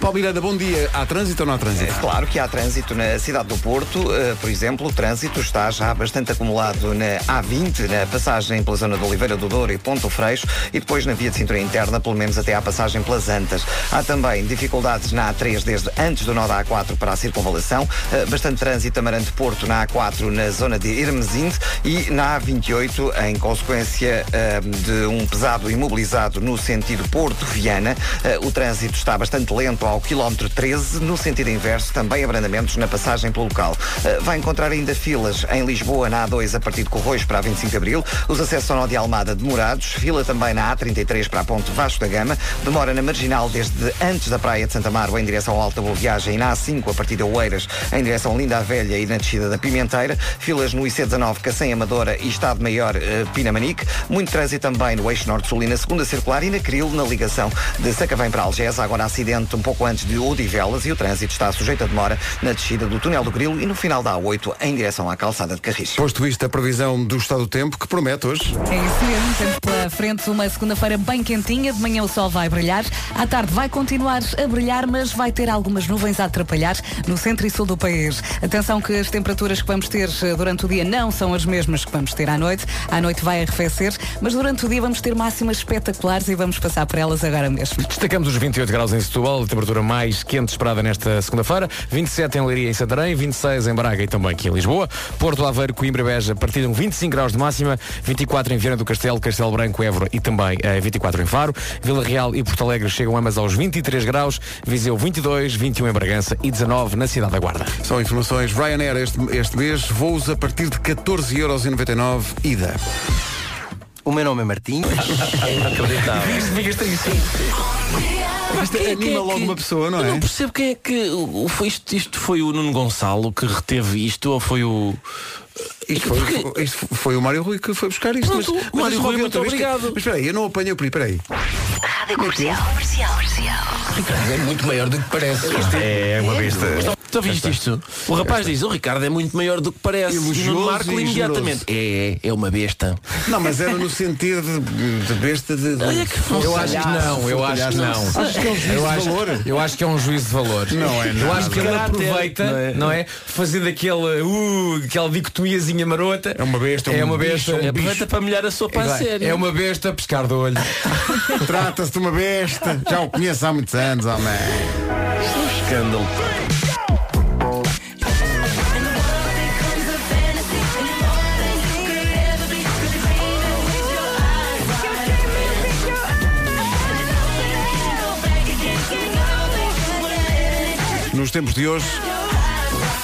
Speaker 1: Paulo Miranda, bom dia. Há trânsito ou não há
Speaker 10: É
Speaker 1: trânsito?
Speaker 2: É Claro que há trânsito na cidade do Porto, eh, por exemplo, o trânsito está já bastante acumulado na A20, na passagem pela zona de Oliveira do Douro e Ponto Freixo, e depois na via de cintura interna, pelo menos até à passagem pelas Antas. Há também dificuldades na A3 desde antes do nó da A4 para a circunvalação, eh, bastante trânsito amarante Porto na A4 na zona de Irmesinde e na A28 em consequência eh, de um pesado imobilizado no sentido Porto-Viana. Eh, O trânsito está bastante lento ao quilómetro 13, no sentido inverso, também abrandamentos na passagem pelo local. Eh, Vai encontrar ainda filas em Lisboa, na A2, a partir de Corroios para a 25 de Abril. Os acessos ao Nó de Almada demorados. Fila também na A33 para a Ponte Vasco da Gama. Demora na Marginal desde antes da Praia de Santa Marwa em direção ao Alta Boa Viagem e na A5 a partir de Oeiras em direção a Linda a Velha e na descida da Pimenteira. Filas no IC19, Cacém Amadora e Estado Maior eh, Pinamanique. Muito trânsito também no Eixo Norte-Sul e na Segunda Circular e na Cril, na ligação de Sacavém para Algés. Agora acidente um pouco antes de Odivelas e o trânsito está sujeito a demora na descida do Túnel do Grilo e no final da A8 em direção à Calçada de Carris.
Speaker 1: Posto isto, a previsão do estado do tempo que promete hoje.
Speaker 3: É isso mesmo, temos pela frente uma segunda-feira bem quentinha, de manhã o sol vai brilhar, à tarde vai continuar a brilhar, mas vai ter algumas nuvens a atrapalhar no centro e sul do país. Atenção que as temperaturas que vamos ter eh, durante o dia não são as mesmas que vamos ter à noite, à noite vai arrefecer, mas durante o dia vamos ter máximas espetaculares e vamos passar por elas agora mesmo.
Speaker 4: Destacamos os 28 graus em Setúbal, a temperatura mais quente esperada nesta segunda-feira, 27 em Leiria e Santarém, 26 em Braga e também aqui em Lisboa, Porto Aveiro, Coimbra e Beja partilham 25 graus de máxima, 24 em Viana do Castelo, Castelo Branco, Évora e também eh, 24 em Faro, Vila Real e Porto Alegre chegam ambas aos 23 graus, Viseu 22, 21 em Bragança e 19 na Cidade da Guarda.
Speaker 1: São informações Ryanair este, este mês, voos a partir de 14,99€ ida.
Speaker 10: O meu nome é Martinho.
Speaker 9: Ah,
Speaker 1: Isto anima logo uma pessoa, não
Speaker 9: é Eu
Speaker 1: é?
Speaker 9: não percebo quem é que. o- o- Foi isto, isto foi o Nuno Gonçalo que reteve isto ou foi o.
Speaker 1: Isto foi, isto foi o Mário Rui que foi buscar isto.
Speaker 9: Pronto,
Speaker 1: mas,
Speaker 9: Mário
Speaker 1: isto
Speaker 9: Rui,
Speaker 1: ouvi outra
Speaker 9: muito
Speaker 1: vez que-
Speaker 9: obrigado.
Speaker 1: Mas espera aí, eu não apanhei por aí, espera aí.
Speaker 5: Rádio Comercial. Comercial.
Speaker 10: É muito maior do que parece.
Speaker 4: É uma besta.
Speaker 9: Tu viste isto? O rapaz diz, o Ricardo é muito maior do que parece. e
Speaker 1: Elogioso
Speaker 9: o Marco
Speaker 1: e
Speaker 9: imediatamente. É, é, é uma besta.
Speaker 1: Não, mas era no sentido de, de besta de. de-
Speaker 9: Olha que
Speaker 4: Eu acho que não, eu acho que não.
Speaker 1: Achas que é um juízo
Speaker 4: Eu
Speaker 1: de
Speaker 4: acho,
Speaker 1: valor?
Speaker 4: eu acho que é um juízo de valor.
Speaker 1: Não é
Speaker 4: Eu
Speaker 1: nada.
Speaker 4: acho que ele
Speaker 9: Caráter,
Speaker 4: aproveita,
Speaker 9: não
Speaker 4: não
Speaker 9: é?
Speaker 4: é? Fazendo aquele, uh, aquela dicotomiazinha marota.
Speaker 1: É uma besta, é um
Speaker 4: é uma
Speaker 1: bicho,
Speaker 4: besta.
Speaker 1: é um
Speaker 4: É
Speaker 9: Aproveita para molhar a sopa a
Speaker 4: Vai,
Speaker 9: sério.
Speaker 4: É uma besta a pescar do olho.
Speaker 1: Trata-se de uma besta. Já o conheço há muitos anos, homem.
Speaker 9: escândalo.
Speaker 1: Nos tempos de hoje.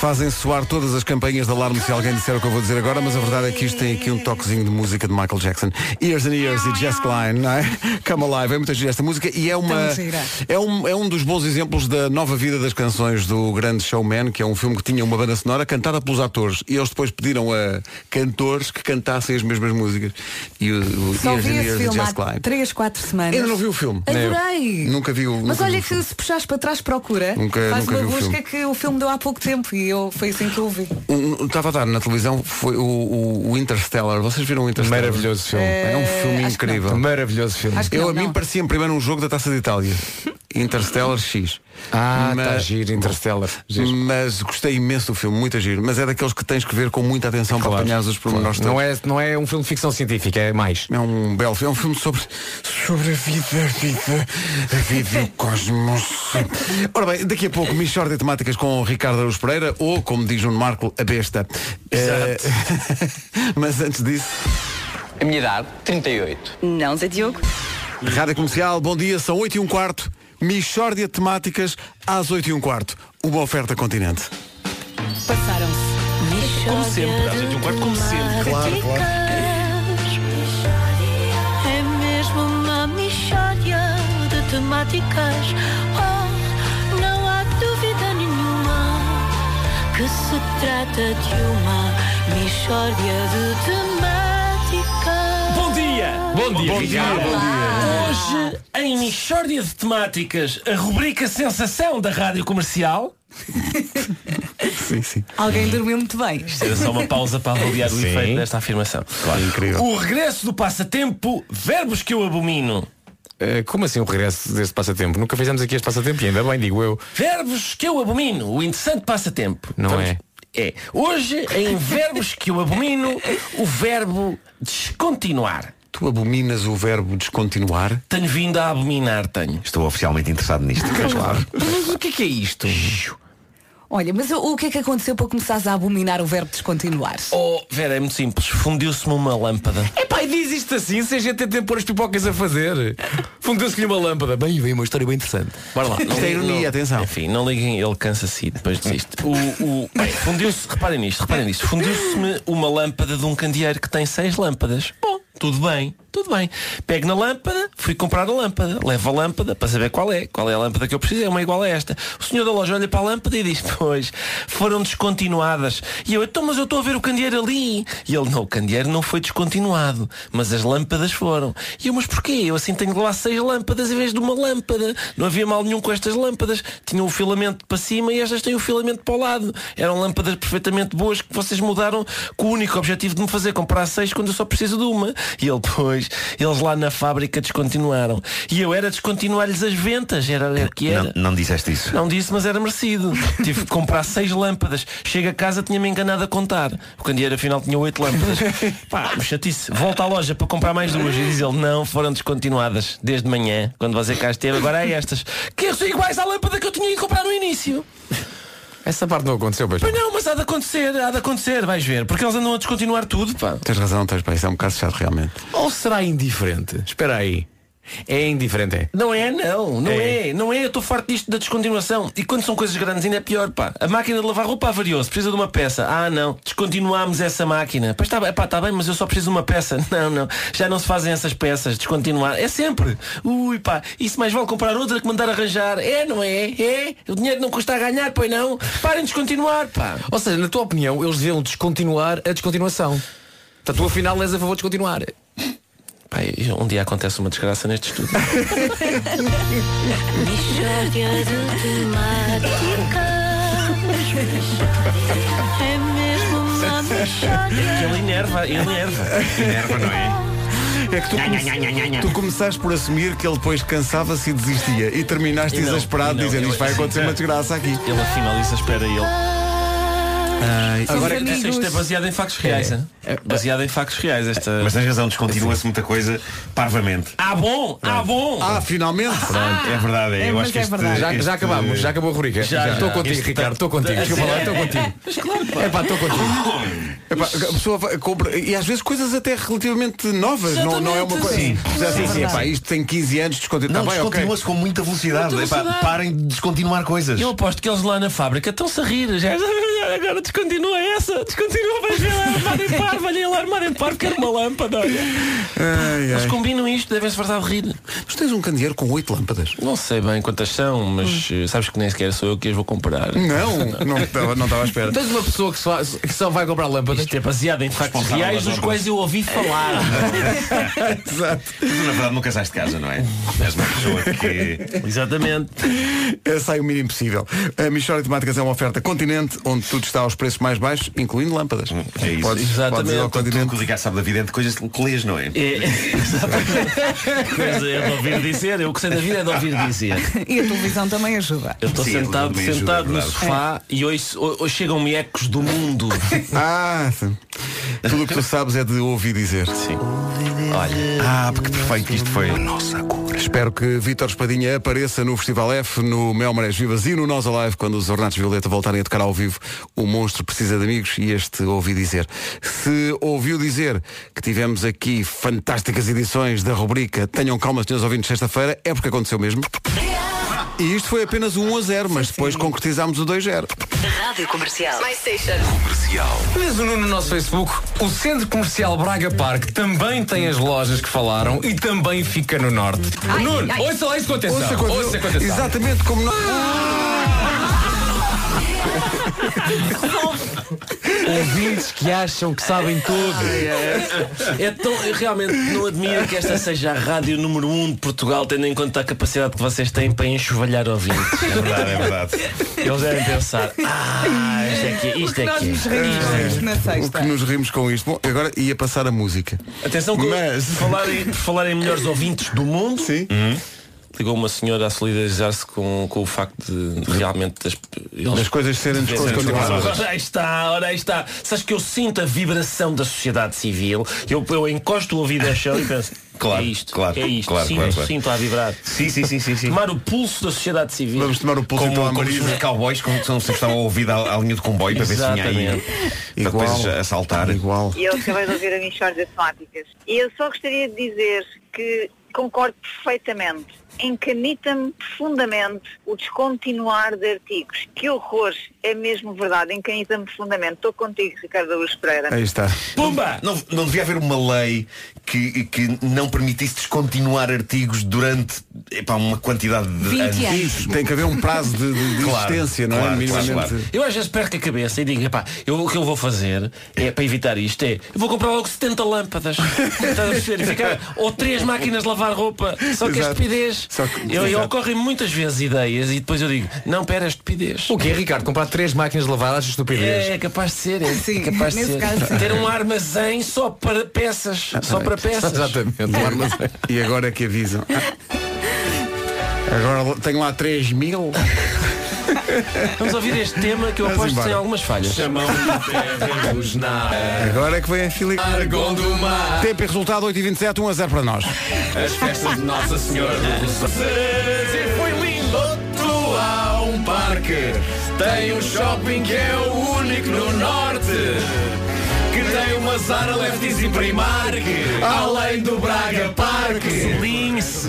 Speaker 1: Fazem soar todas as campanhas de alarme se alguém disser o que eu vou dizer agora, mas a verdade é que isto tem aqui um toquezinho de música de Michael Jackson. Years and Years e Jess Klein, não é? Come Alive, é muita gira esta música e é uma
Speaker 3: Tão gira.
Speaker 1: é um, é um dos bons exemplos da nova vida das canções do Grande Showman, que é um filme que tinha uma banda sonora cantada pelos atores e eles depois pediram a cantores que cantassem as mesmas músicas. E o, o
Speaker 3: Só
Speaker 1: Years
Speaker 3: vi
Speaker 1: and
Speaker 3: esse
Speaker 1: Years e
Speaker 3: filme
Speaker 1: Jess
Speaker 3: há
Speaker 1: Klein.
Speaker 3: 3, 4 semanas.
Speaker 1: Ainda não vi o filme.
Speaker 3: Adorei!
Speaker 1: Nunca vi o
Speaker 3: Mas
Speaker 1: nunca vi
Speaker 3: olha
Speaker 1: o
Speaker 3: que
Speaker 1: filme.
Speaker 3: se puxares para trás procura,
Speaker 1: Nunca-
Speaker 3: faz
Speaker 1: nunca
Speaker 3: uma
Speaker 1: vi o
Speaker 3: busca
Speaker 1: filme.
Speaker 3: que o filme deu há pouco tempo e eu foi assim que eu vi.
Speaker 1: Um- um- Estava a dar na televisão foi o, o- o Interstellar. Vocês viram o Interstellar?
Speaker 4: Maravilhoso filme.
Speaker 1: É um filme
Speaker 3: Eh, acho que não.
Speaker 1: incrível.
Speaker 4: Maravilhoso filme.
Speaker 3: Acho que
Speaker 1: Eu
Speaker 3: não,
Speaker 1: a mim
Speaker 3: não. [LAUGHS]
Speaker 1: parecia primeiro um jogo da Taça de Itália. Interstellar X.
Speaker 4: Ah,
Speaker 1: Mas-
Speaker 4: está giro, Interstellar. Giro.
Speaker 1: Mas gostei imenso do filme, muito giro. Mas é daqueles que tens que ver com muita atenção para apanhar os pormenores
Speaker 4: Não
Speaker 1: todos.
Speaker 4: é, não é um filme de ficção científica, é mais.
Speaker 1: É um belo filme, é um filme sobre, sobre a vida, a vida, a vida e o cosmos. Ora bem, daqui a pouco, Michórdia de Temáticas com o Ricardo Aruz Pereira, ou, como diz Nuno Marco, a besta. Exato. [LAUGHS] mas antes disso.
Speaker 11: A minha idade, 38.
Speaker 12: Não, Zé Diogo.
Speaker 1: Rádio Comercial, bom dia, são 8 e um quarto. Michórdia de Temáticas, às 8 e um quarto. Uma oferta continente.
Speaker 12: Passaram-se.
Speaker 9: Como sempre, às 8 e um quarto, como sempre.
Speaker 1: Claro,
Speaker 13: É mesmo uma mixória de temáticas. Oh, não há dúvida nenhuma que se trata de uma mixória de temáticas.
Speaker 14: Bom dia!
Speaker 13: Bom dia,
Speaker 14: Bom
Speaker 13: Ricardo.
Speaker 14: dia.
Speaker 13: Bom dia.
Speaker 14: Hoje, em Michórdia de Temáticas, a rubrica Sensação da Rádio Comercial.
Speaker 1: sim, sim.
Speaker 3: Alguém dormiu muito bem.
Speaker 14: Era só uma pausa para avaliar o
Speaker 9: Sim.
Speaker 14: efeito desta afirmação.
Speaker 1: incrível.
Speaker 14: O regresso do passatempo, verbos que eu abomino.
Speaker 4: Eh, como assim o regresso deste passatempo? Nunca fizemos aqui este passatempo e ainda bem, digo eu.
Speaker 14: Verbos que eu abomino, o interessante passatempo.
Speaker 4: Não
Speaker 14: Vamos-
Speaker 4: é?
Speaker 14: É. Hoje, em verbos que eu abomino, o verbo descontinuar.
Speaker 1: Tu abominas o verbo descontinuar?
Speaker 14: Tenho vindo a abominar, tenho.
Speaker 11: Estou oficialmente interessado nisto.
Speaker 14: claro.
Speaker 4: Mas o que é que é isto?
Speaker 3: Olha, mas o, o que é que aconteceu para começares a abominar o verbo descontinuar? [LAUGHS]
Speaker 14: Oh, Vera, é muito simples. Fundiu-se-me uma lâmpada.
Speaker 3: É
Speaker 4: Pai, diz isto assim, sem a gente ter tempo de pôr as pipocas a
Speaker 14: [LAUGHS]
Speaker 4: fazer. Fundeu-se-lhe uma lâmpada. Bem, vem uma história bem interessante.
Speaker 14: Bora lá.
Speaker 4: Isto é ironia,
Speaker 1: atenção.
Speaker 14: Enfim, não liguem, ele cansa-se e depois desiste. O, o- bem, fundiu-se, reparem nisto, reparem nisto. Fundiu-se-me uma lâmpada de um candeeiro que tem seis lâmpadas. Bom, tudo bem, tudo bem. Pego na lâmpada, fui comprar a lâmpada, levo a lâmpada para saber qual é. Qual é a lâmpada que eu preciso, é uma igual a esta. O senhor da loja olha para a lâmpada e diz, pois, foram descontinuadas. E eu, então, mas eu estou a ver o candeeiro ali. E ele, não, o candeeiro não foi descontinuado, mas as lâmpadas foram. E eu, mas porquê? Eu assim tenho lá seis lâmpadas em vez de uma lâmpada. Não havia mal nenhum com estas lâmpadas. Tinham o filamento para cima e estas têm o filamento para o lado. Eram lâmpadas perfeitamente boas que vocês mudaram com o único objetivo de me fazer comprar seis quando eu só preciso de uma. E ele, pois, eles lá na fábrica descontinuaram. E eu era descontinuar-lhes as ventas, era, era o que era.
Speaker 11: Não, não disseste isso.
Speaker 14: Não disse, mas era merecido. Tive que comprar seis lâmpadas. Chego a casa, tinha-me enganado a contar. O candeeiro afinal tinha oito lâmpadas. Pá, me chatice. Volta à loja para comprar mais duas. E diz ele, não, foram descontinuadas. Desde manhã, quando você cá esteve, agora há estas. Que são iguais à lâmpada que eu tinha ido comprar no início.
Speaker 4: Essa parte não aconteceu, pois.
Speaker 14: Pois não, mas há de acontecer, há de acontecer, vais ver. Porque eles andam a descontinuar tudo, pá.
Speaker 1: Tens razão, tens pá, isso é um bocado chato realmente.
Speaker 4: Ou será indiferente? Espera aí. É indiferente, é?
Speaker 14: Não é, não, não é, não é, eu estou farto disto da descontinuação. E quando são coisas grandes ainda é pior, pá. A máquina de lavar roupa avariou-se, precisa de uma peça. Ah não, descontinuámos essa máquina. Pois está bem, pá, está bem, mas eu só preciso de uma peça. [LAUGHS] Não, não, já não se fazem essas peças, descontinuar. É sempre. Ui pá, isso mais vale comprar outra que mandar arranjar. É, não é? É? O dinheiro não custa a ganhar, pois não? Parem de descontinuar, pá.
Speaker 4: Ou seja, na tua opinião, eles deviam descontinuar a descontinuação. Portanto, tu afinal és a favor de descontinuar.
Speaker 14: Pai, um dia acontece uma desgraça neste estudo.
Speaker 11: [LAUGHS]
Speaker 13: Mixória de temáticas. É mesmo uma
Speaker 11: É
Speaker 13: mixória.
Speaker 14: Ele enerva, ele enerva.
Speaker 11: Enerva,
Speaker 14: [LAUGHS]
Speaker 11: não é?
Speaker 1: É que tu,
Speaker 11: Nha,
Speaker 1: come-
Speaker 11: nha, nha, nha, nha.
Speaker 1: tu começaste por assumir que ele depois cansava-se e desistia e terminaste
Speaker 14: E não,
Speaker 1: exasperado
Speaker 14: e não,
Speaker 1: dizendo
Speaker 14: ele-
Speaker 1: isto vai acontecer
Speaker 11: [LAUGHS]
Speaker 14: sim.
Speaker 1: uma desgraças aqui.
Speaker 14: Ele afinal isso espera ele. Agora isto, isto é baseado em factos reais, hein? Baseado em factos reais esta.
Speaker 11: Mas tens razão, descontinua-se muita coisa parvamente.
Speaker 14: Ah bom, ah bom.
Speaker 1: Ah,
Speaker 11: [LAUGHS]
Speaker 1: finalmente.
Speaker 11: Pronto, é verdade, é, eu acho que este,
Speaker 4: já,
Speaker 11: este-
Speaker 4: já acabámos, já acabou a rubrica.
Speaker 11: Já,
Speaker 4: Já,
Speaker 11: já.
Speaker 4: estou contigo,
Speaker 11: Este
Speaker 4: Ricardo, estou
Speaker 11: tá-
Speaker 4: contigo. Desculpa lá, estou
Speaker 14: [LAUGHS]
Speaker 4: contigo. É pá, estou contigo.
Speaker 1: Epá, É a pessoa vai- compra e às vezes coisas até relativamente novas, não, não é uma coisa.
Speaker 11: Sim.
Speaker 1: Já
Speaker 11: Sim,
Speaker 1: assim,
Speaker 11: sim,
Speaker 1: epá,
Speaker 11: sim.
Speaker 1: isto tem 15 anos, descontinua.
Speaker 11: Não,
Speaker 1: Tá bem, ok.
Speaker 11: descontinua-se com muita velocidade.
Speaker 14: Muita
Speaker 11: Epá,
Speaker 14: velocidade.
Speaker 11: parem de descontinuar coisas.
Speaker 14: Eu aposto que eles lá na fábrica estão-se a rir. Já, agora descontinua essa, descontinua, vais ver lá a armada em par, vai lá a armada em par, quero uma lâmpada. olha.
Speaker 1: Ai,
Speaker 14: Eles
Speaker 1: ai.
Speaker 14: combinam isto, devem-se fartar de rir.
Speaker 1: Mas tens um candeeiro com oito lâmpadas.
Speaker 14: Não sei bem quantas são, mas eh, sabes que nem sequer sou eu que as vou comprar.
Speaker 1: Hum. Não, não estava não estava à espera.
Speaker 4: Tens uma pessoa que só, que só vai comprar lâmpadas.
Speaker 14: Isto é baseado em factos
Speaker 11: Responsável
Speaker 14: reais
Speaker 11: das
Speaker 14: dos
Speaker 11: obras.
Speaker 14: quais eu ouvi falar.
Speaker 11: [LAUGHS]
Speaker 1: Exato.
Speaker 11: Mas tu, na verdade não casaste de casa, não é? És uma pessoa que.
Speaker 14: Exatamente.
Speaker 1: [LAUGHS] É, Sai o mínimo possível. A Michórdia de Temáticas é uma oferta continente onde Tudo está aos preços mais baixos, incluindo lâmpadas.
Speaker 11: É isso.
Speaker 1: Podes,
Speaker 11: Exatamente.
Speaker 1: podes ir ao
Speaker 11: Tudo
Speaker 1: continente.
Speaker 11: que o Ricardo sabe da vida é de coisas que lês, não é?
Speaker 14: Mas é de ouvir dizer, eu o que sei da vida é de ouvir dizer. [LAUGHS]
Speaker 15: E a televisão também ajuda.
Speaker 14: Eu estou sentado, sentado no sofá e hoje, hoje chegam-me ecos do mundo.
Speaker 1: [LAUGHS] Ah, sim. Tudo o que tu sabes é de ouvir dizer. Sim.
Speaker 14: Olha.
Speaker 1: Ah, porque perfeito que isto foi. Nossa cor. Espero que Vítor Espadinha apareça no Festival F, no Mel Marés Vivas e no Nós Alive, quando os Ornatos Violeta voltarem a tocar ao vivo. O monstro precisa de amigos e este ouvi dizer. Se ouviu dizer que tivemos aqui fantásticas edições da rubrica Tenham calma, senhores ouvintes, sexta-feira, é porque aconteceu mesmo. E isto foi apenas um 1 a 0, mas depois concretizámos o 2-0.
Speaker 16: Rádio Comercial. My Station.
Speaker 17: Mesmo no nosso Facebook, o Centro Comercial Braga Park também tem as lojas que falaram e também fica no Norte.
Speaker 4: Ai,
Speaker 17: Nuno,
Speaker 4: ai.
Speaker 17: ouça lá isso com atenção.
Speaker 4: Ouça com atenção.
Speaker 17: Ouça com atenção.
Speaker 1: Exatamente como nós.
Speaker 14: Ouvintes que acham que
Speaker 4: [LAUGHS]
Speaker 14: sabem tudo.
Speaker 17: É
Speaker 14: Então, eu realmente não admiro que esta seja a rádio número 1 um de Portugal, tendo em conta a capacidade que vocês têm para enxovalhar ouvintes. É
Speaker 11: verdade, é verdade.
Speaker 14: Eles devem pensar, ah, isto é que isto é que é.
Speaker 1: O que nos rimos com isto. Bom, agora ia passar a música.
Speaker 14: Atenção que
Speaker 1: Mas-
Speaker 14: por [LAUGHS] falar em- por falar em melhores ouvintes do mundo. Uhum. Ligou uma senhora a solidarizar-se com, com o facto de realmente das,
Speaker 1: Das coisas serem descontroladas.
Speaker 14: Ora aí está, ora aí está. Sabes que eu sinto a vibração da sociedade civil. Eu, eu encosto o ouvido ao chão e penso.
Speaker 11: Claro,
Speaker 14: é isto,
Speaker 11: claro,
Speaker 14: é isto.
Speaker 11: claro,
Speaker 14: sinto,
Speaker 11: claro, claro.
Speaker 14: sinto a vibrar.
Speaker 11: Sim, sim, sim, sim, sim.
Speaker 14: Tomar o pulso da sociedade civil.
Speaker 1: Vamos tomar o pulso
Speaker 11: Como,
Speaker 1: então à
Speaker 11: como
Speaker 1: Marisa.
Speaker 11: os cowboys como que são, sempre estavam a ouvir à, à linha de comboio para ver se vinha aí
Speaker 14: Exatamente.
Speaker 11: para depois
Speaker 1: Igual.
Speaker 11: assaltar.
Speaker 1: Igual.
Speaker 12: E eu acabei de ouvir a Michórdia de Temáticas. E eu só gostaria de dizer que concordo perfeitamente. Encanita-me profundamente o descontinuar de artigos. Que horror! É mesmo verdade. Encanita-me profundamente. Estou contigo, Ricardo Luz Pereira.
Speaker 1: Aí
Speaker 11: [LAUGHS]
Speaker 1: está.
Speaker 11: Pumba! Não, não devia haver uma lei que, que não permitisse descontinuar artigos durante epá, uma quantidade de
Speaker 1: 20
Speaker 11: anos.
Speaker 1: anos. Isso, tem que haver um prazo de- de- de existência, não é?
Speaker 11: Claro, claro,
Speaker 1: Minimamente.
Speaker 11: claro.
Speaker 14: Eu às vezes perco a cabeça e digo, epá, eu, o que eu vou fazer é, para evitar isto é, eu vou comprar [LAUGHS] logo 70 lâmpadas. Estás a perceber? E ficar- ou três máquinas de lavar roupa. Só que é
Speaker 17: Exato.
Speaker 14: estupidez.
Speaker 17: Só que-
Speaker 14: eu, eu
Speaker 17: Exato.
Speaker 14: ocorrem muitas vezes ideias e depois eu digo, não, pera, é estupidez.
Speaker 17: O que é, Ricardo? Comprar três máquinas de lavar, achas estupidez?
Speaker 14: É, é capaz de ser, é, é capaz de
Speaker 17: nesse
Speaker 14: ser.
Speaker 17: caso, sim.
Speaker 14: Ter um armazém só para peças. Só para peças.
Speaker 1: Exatamente. um e agora é que avisam. Ah. Agora tenho lá 3 mil.
Speaker 14: Vamos ouvir este tema que eu
Speaker 1: Vamos
Speaker 14: aposto que
Speaker 1: embora.
Speaker 14: tem algumas falhas.
Speaker 1: Agora é que vem a Filipe.
Speaker 14: Argon do mar.
Speaker 1: Tempo e resultado 8h27, 1 a 0 para nós.
Speaker 4: As festas de Nossa Senhora dos Rosários. Foi lindo. Tu há um parque. Tem um shopping que é o único no norte. Que tem uma Zara, Lefties e Primark. Além do Braga Park. Lince.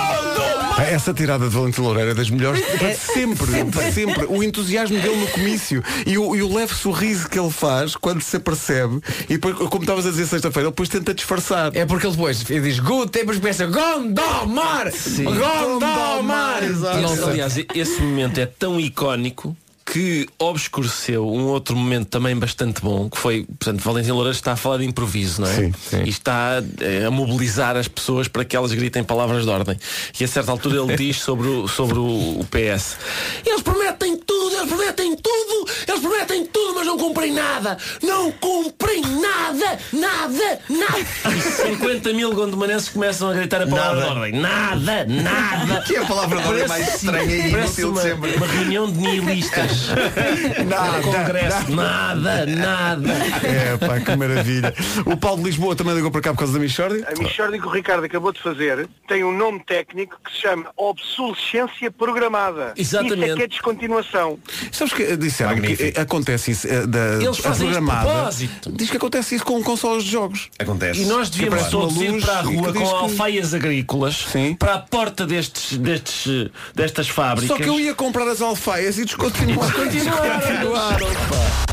Speaker 1: Ah, Essa tirada de Valentim Loureiro é das melhores
Speaker 4: É,
Speaker 1: de sempre,
Speaker 4: sempre.
Speaker 1: sempre, O entusiasmo dele no comício e o, e o leve sorriso que ele faz quando se apercebe e depois, como estavas a dizer sexta-feira, ele depois tenta disfarçar.
Speaker 17: É porque ele depois diz good, depois pensa Gondomar! Gondomar!
Speaker 14: Aliás, Aliás, esse momento é tão icónico que obscureceu um outro momento também bastante bom, que foi, portanto, Valentim Loureiro está a falar de improviso, não é?
Speaker 1: Sim, sim.
Speaker 14: E está eh, a mobilizar as pessoas para que elas gritem palavras de ordem. E a certa altura ele diz sobre o, sobre o, o PS. Eles prometem tudo, eles prometem tudo, eles prometem tudo, mas não cumprem nada. Não cumprem nada, nada, nada. E 50 mil gondomanenses começam a gritar a palavra de ordem. Nada, nada.
Speaker 11: Que é a palavra de ordem mais estranha e
Speaker 14: parece
Speaker 11: inútil de
Speaker 14: uma,
Speaker 11: sempre.
Speaker 14: uma reunião de nihilistas.
Speaker 1: Nada,
Speaker 14: Um congresso. Nada, nada.
Speaker 1: É, pá, que maravilha. O Paulo de Lisboa também ligou para cá por causa da Michordi.
Speaker 5: A Michordi que o Ricardo acabou de fazer tem um nome técnico que se chama obsolescência programada.
Speaker 1: Exatamente.
Speaker 5: Isso é que é
Speaker 3: [LAUGHS]
Speaker 5: descontinuação.
Speaker 1: Sabes que eh, disseram que eh, acontece isso eh, da a
Speaker 5: Eles fazem isto de
Speaker 1: programada.
Speaker 5: propósito.
Speaker 1: Diz que acontece isso com consoles de jogos.
Speaker 11: Acontece.
Speaker 14: E nós devíamos
Speaker 1: Que aparece uma
Speaker 14: todos ir
Speaker 1: luz
Speaker 14: para a
Speaker 1: e que
Speaker 14: rua
Speaker 1: diz
Speaker 14: com
Speaker 1: que-
Speaker 14: alfaias agrícolas para a porta destes, destes, destas fábricas.
Speaker 1: Só que eu ia comprar as alfaias e [LAUGHS] descontinuaram.
Speaker 14: Descontinuaram.
Speaker 1: Descontinuaram, pá.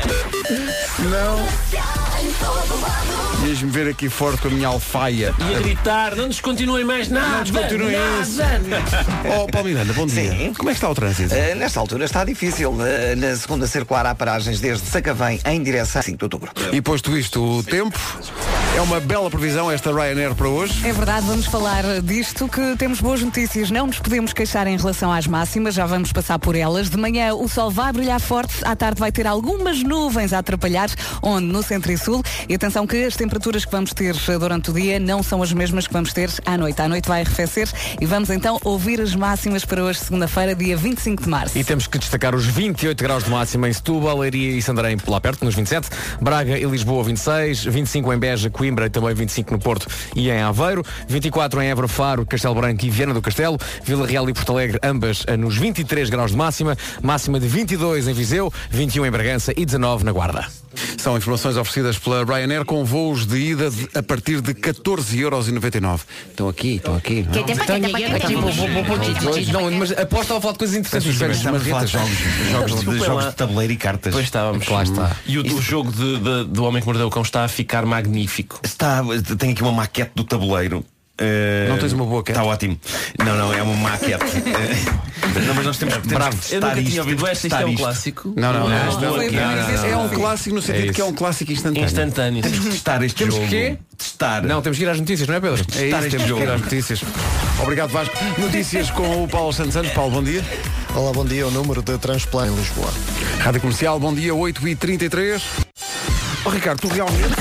Speaker 1: Não. Ias-me ver aqui forte com a minha alfaia.
Speaker 14: E a gritar, não descontinuem mais nada.
Speaker 1: Não descontinuem isso. Oh, Paulo Miranda, bom dia. Como é que está o trânsito?
Speaker 2: Eh, nesta altura está difícil. Eh, na segunda circular há paragens desde Sacavém em direção a 5 de outubro.
Speaker 1: E posto isto, o tempo. É uma bela previsão esta Ryanair para hoje.
Speaker 3: É verdade, vamos falar disto que temos boas notícias. Não nos podemos queixar em relação às máximas, já vamos passar por elas. De manhã o sol vai brilhar forte, à tarde vai ter algumas nuvens a atrapalhar, onde no centro e sul. E atenção que as temperaturas que vamos ter eh, durante o dia não são as mesmas que vamos ter à noite. À noite vai arrefecer e vamos então ouvir as máximas para hoje, segunda-feira, dia 25 de março.
Speaker 4: E temos que destacar os 28 graus de máxima em Setúbal, Leiria e Santarém lá perto, nos 27. Braga e Lisboa, 26. 25 em Beja, Coimbra e também 25 no Porto e em Aveiro. 24 em Évora, Faro, Castelo Branco e Viana do Castelo. Vila Real e Porto Alegre, ambas a nos 23 graus de máxima. Máxima de 22 em Viseu, 21 em Bragança e 19 na Guarda.
Speaker 1: São informações oferecidas pela Ryanair com voos de ida de- a partir de 14,99€. Estão aqui, estão aqui. não é?
Speaker 4: Aqui, vou- vou- vou pôr tudo dois. Não, mas aposto estava a falar de coisas interessantes.
Speaker 11: Mas
Speaker 4: Férias de
Speaker 11: estamos a falar de
Speaker 4: marretas.
Speaker 11: jogos, jogos, de,
Speaker 14: Desculpem
Speaker 11: jogos
Speaker 14: lá.
Speaker 11: de tabuleiro e cartas.
Speaker 14: Pois estávamos. Lá está. E o, o jogo de- de- do Homem que Mordeu o Cão está a ficar magnífico.
Speaker 11: Está, tem aqui uma maquete do tabuleiro. Eh,
Speaker 14: Não tens uma
Speaker 1: boa cara?
Speaker 11: Está ótimo. Não, não, é uma
Speaker 1: [LAUGHS]
Speaker 11: maquete. Eh, não, mas nós temos que temos
Speaker 14: Bravo.
Speaker 11: que
Speaker 14: Eu nunca
Speaker 11: testar
Speaker 14: tinha
Speaker 11: isto,
Speaker 14: ouvido
Speaker 11: temos que
Speaker 14: esta, isto é
Speaker 11: testar
Speaker 14: um clássico?
Speaker 1: Não, não,
Speaker 11: Não,
Speaker 1: não.
Speaker 11: não, não, não,
Speaker 1: É um
Speaker 11: não.
Speaker 1: clássico no sentido
Speaker 11: É
Speaker 1: que é
Speaker 11: isso.
Speaker 1: um clássico instantâneo.
Speaker 11: Instantâneo. Temos que testar este
Speaker 1: Temos
Speaker 11: jogo.
Speaker 1: que quê?
Speaker 11: Testar.
Speaker 4: Não, temos que ir às notícias, não é Pedro?
Speaker 1: É isso, temos que ir às notícias. Obrigado, Vasco. Notícias com o Paulo Santos Santos. Paulo, bom dia.
Speaker 18: Olá, bom dia. O número de transplantes em Lisboa.
Speaker 1: Rádio Comercial, bom dia, 8h33. Oh, Ricardo, tu realmente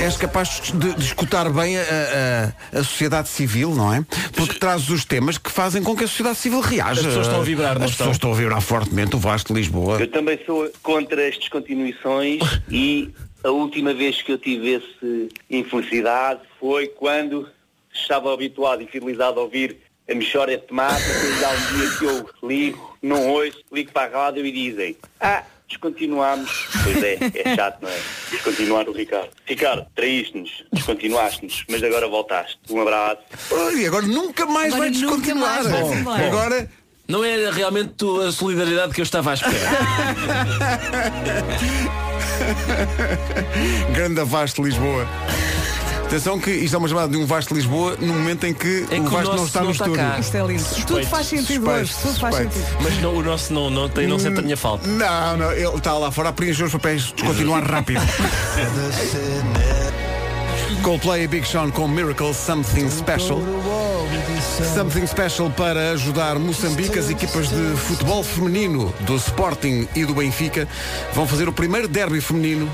Speaker 1: és capaz de, de escutar bem a, a- a sociedade civil, não é? Porque trazes os temas que fazem com que a sociedade civil reaja.
Speaker 14: As pessoas estão a vibrar, não
Speaker 1: As
Speaker 14: estão?
Speaker 1: pessoas estão a vibrar fortemente, o Vasco de Lisboa.
Speaker 19: Eu também sou contra as descontinuições e a última vez que eu tive essa infelicidade foi quando estava habituado e fidelizado a ouvir a mexória de tomate, e há um dia que eu ligo, não ouço, ligo para a rádio e dizem, ah, descontinuámos. Pois é, é chato, não é? Descontinuar o Ricardo. Ricardo, traíste-nos, descontinuaste-nos, mas agora voltaste. Um abraço.
Speaker 1: Olha, e agora nunca mais vai descontinuar. Bom,
Speaker 14: [LAUGHS]
Speaker 1: agora.
Speaker 14: Não era realmente tu- a solidariedade que eu estava
Speaker 11: [LAUGHS]
Speaker 14: à espera.
Speaker 1: Grande Vasco de Lisboa. Atenção que isto é uma chamada de um Vasco de Lisboa no momento em que
Speaker 14: É
Speaker 1: o
Speaker 14: que o
Speaker 1: Vasco
Speaker 14: nosso
Speaker 1: não está
Speaker 14: não
Speaker 1: no
Speaker 14: está
Speaker 1: estúdio.
Speaker 14: cá. Isto é lindo.
Speaker 3: Tudo faz sentido hoje, tudo faz
Speaker 1: suspeito.
Speaker 3: sentido.
Speaker 14: Mas não, o nosso não, não, tem, não sente a minha falta.
Speaker 1: Não, não, ele está lá fora a preencher os papéis,
Speaker 14: [LAUGHS]
Speaker 1: descontinuar rápido. Coldplay e Big Sean com Miracle Something Special. Something Special para ajudar Moçambique. As equipas de futebol feminino do Sporting e do Benfica vão fazer o primeiro derby feminino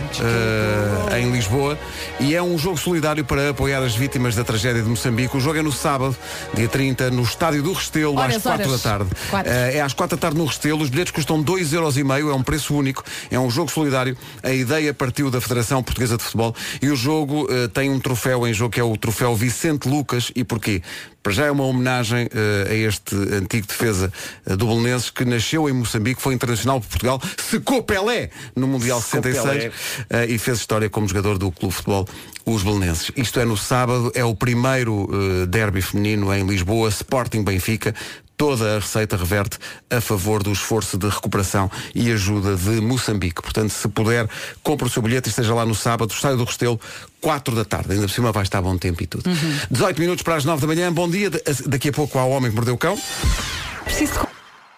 Speaker 1: eh, em Lisboa e é um jogo solidário para apoiar as vítimas da tragédia de Moçambique. O jogo é no sábado, dia 30, no Estádio do Restelo, às
Speaker 13: Horas,
Speaker 1: 4
Speaker 13: horas.
Speaker 1: da tarde.
Speaker 13: Quatro.
Speaker 1: Eh, é às 4 da tarde no Restelo. Os bilhetes custam 2,5€, é um preço único, é um jogo solidário. A ideia partiu da Federação Portuguesa de Futebol e o jogo eh, tem um troféu em jogo que é o troféu Vicente Lucas. E porquê? Para já é uma homenagem eh, a este antigo defesa eh, do Belenenses que nasceu em Moçambique, foi internacional por Portugal, secou Pelé no Mundial
Speaker 11: Secou
Speaker 1: 66
Speaker 11: Pelé.
Speaker 1: eh, e fez história como jogador do Clube de Futebol Os Belenenses. Isto é no sábado, é o primeiro eh, derby feminino em Lisboa, Sporting Benfica. Toda a receita reverte a favor do esforço de recuperação e ajuda de Moçambique. Portanto, se puder, compre o seu bilhete e esteja lá no sábado, Estádio do Restelo, 4 da tarde. Ainda por cima vai estar bom tempo e tudo. 18 minutos para as 9 da manhã. Bom dia. Da- Daqui a pouco há o Homem que Mordeu o Cão.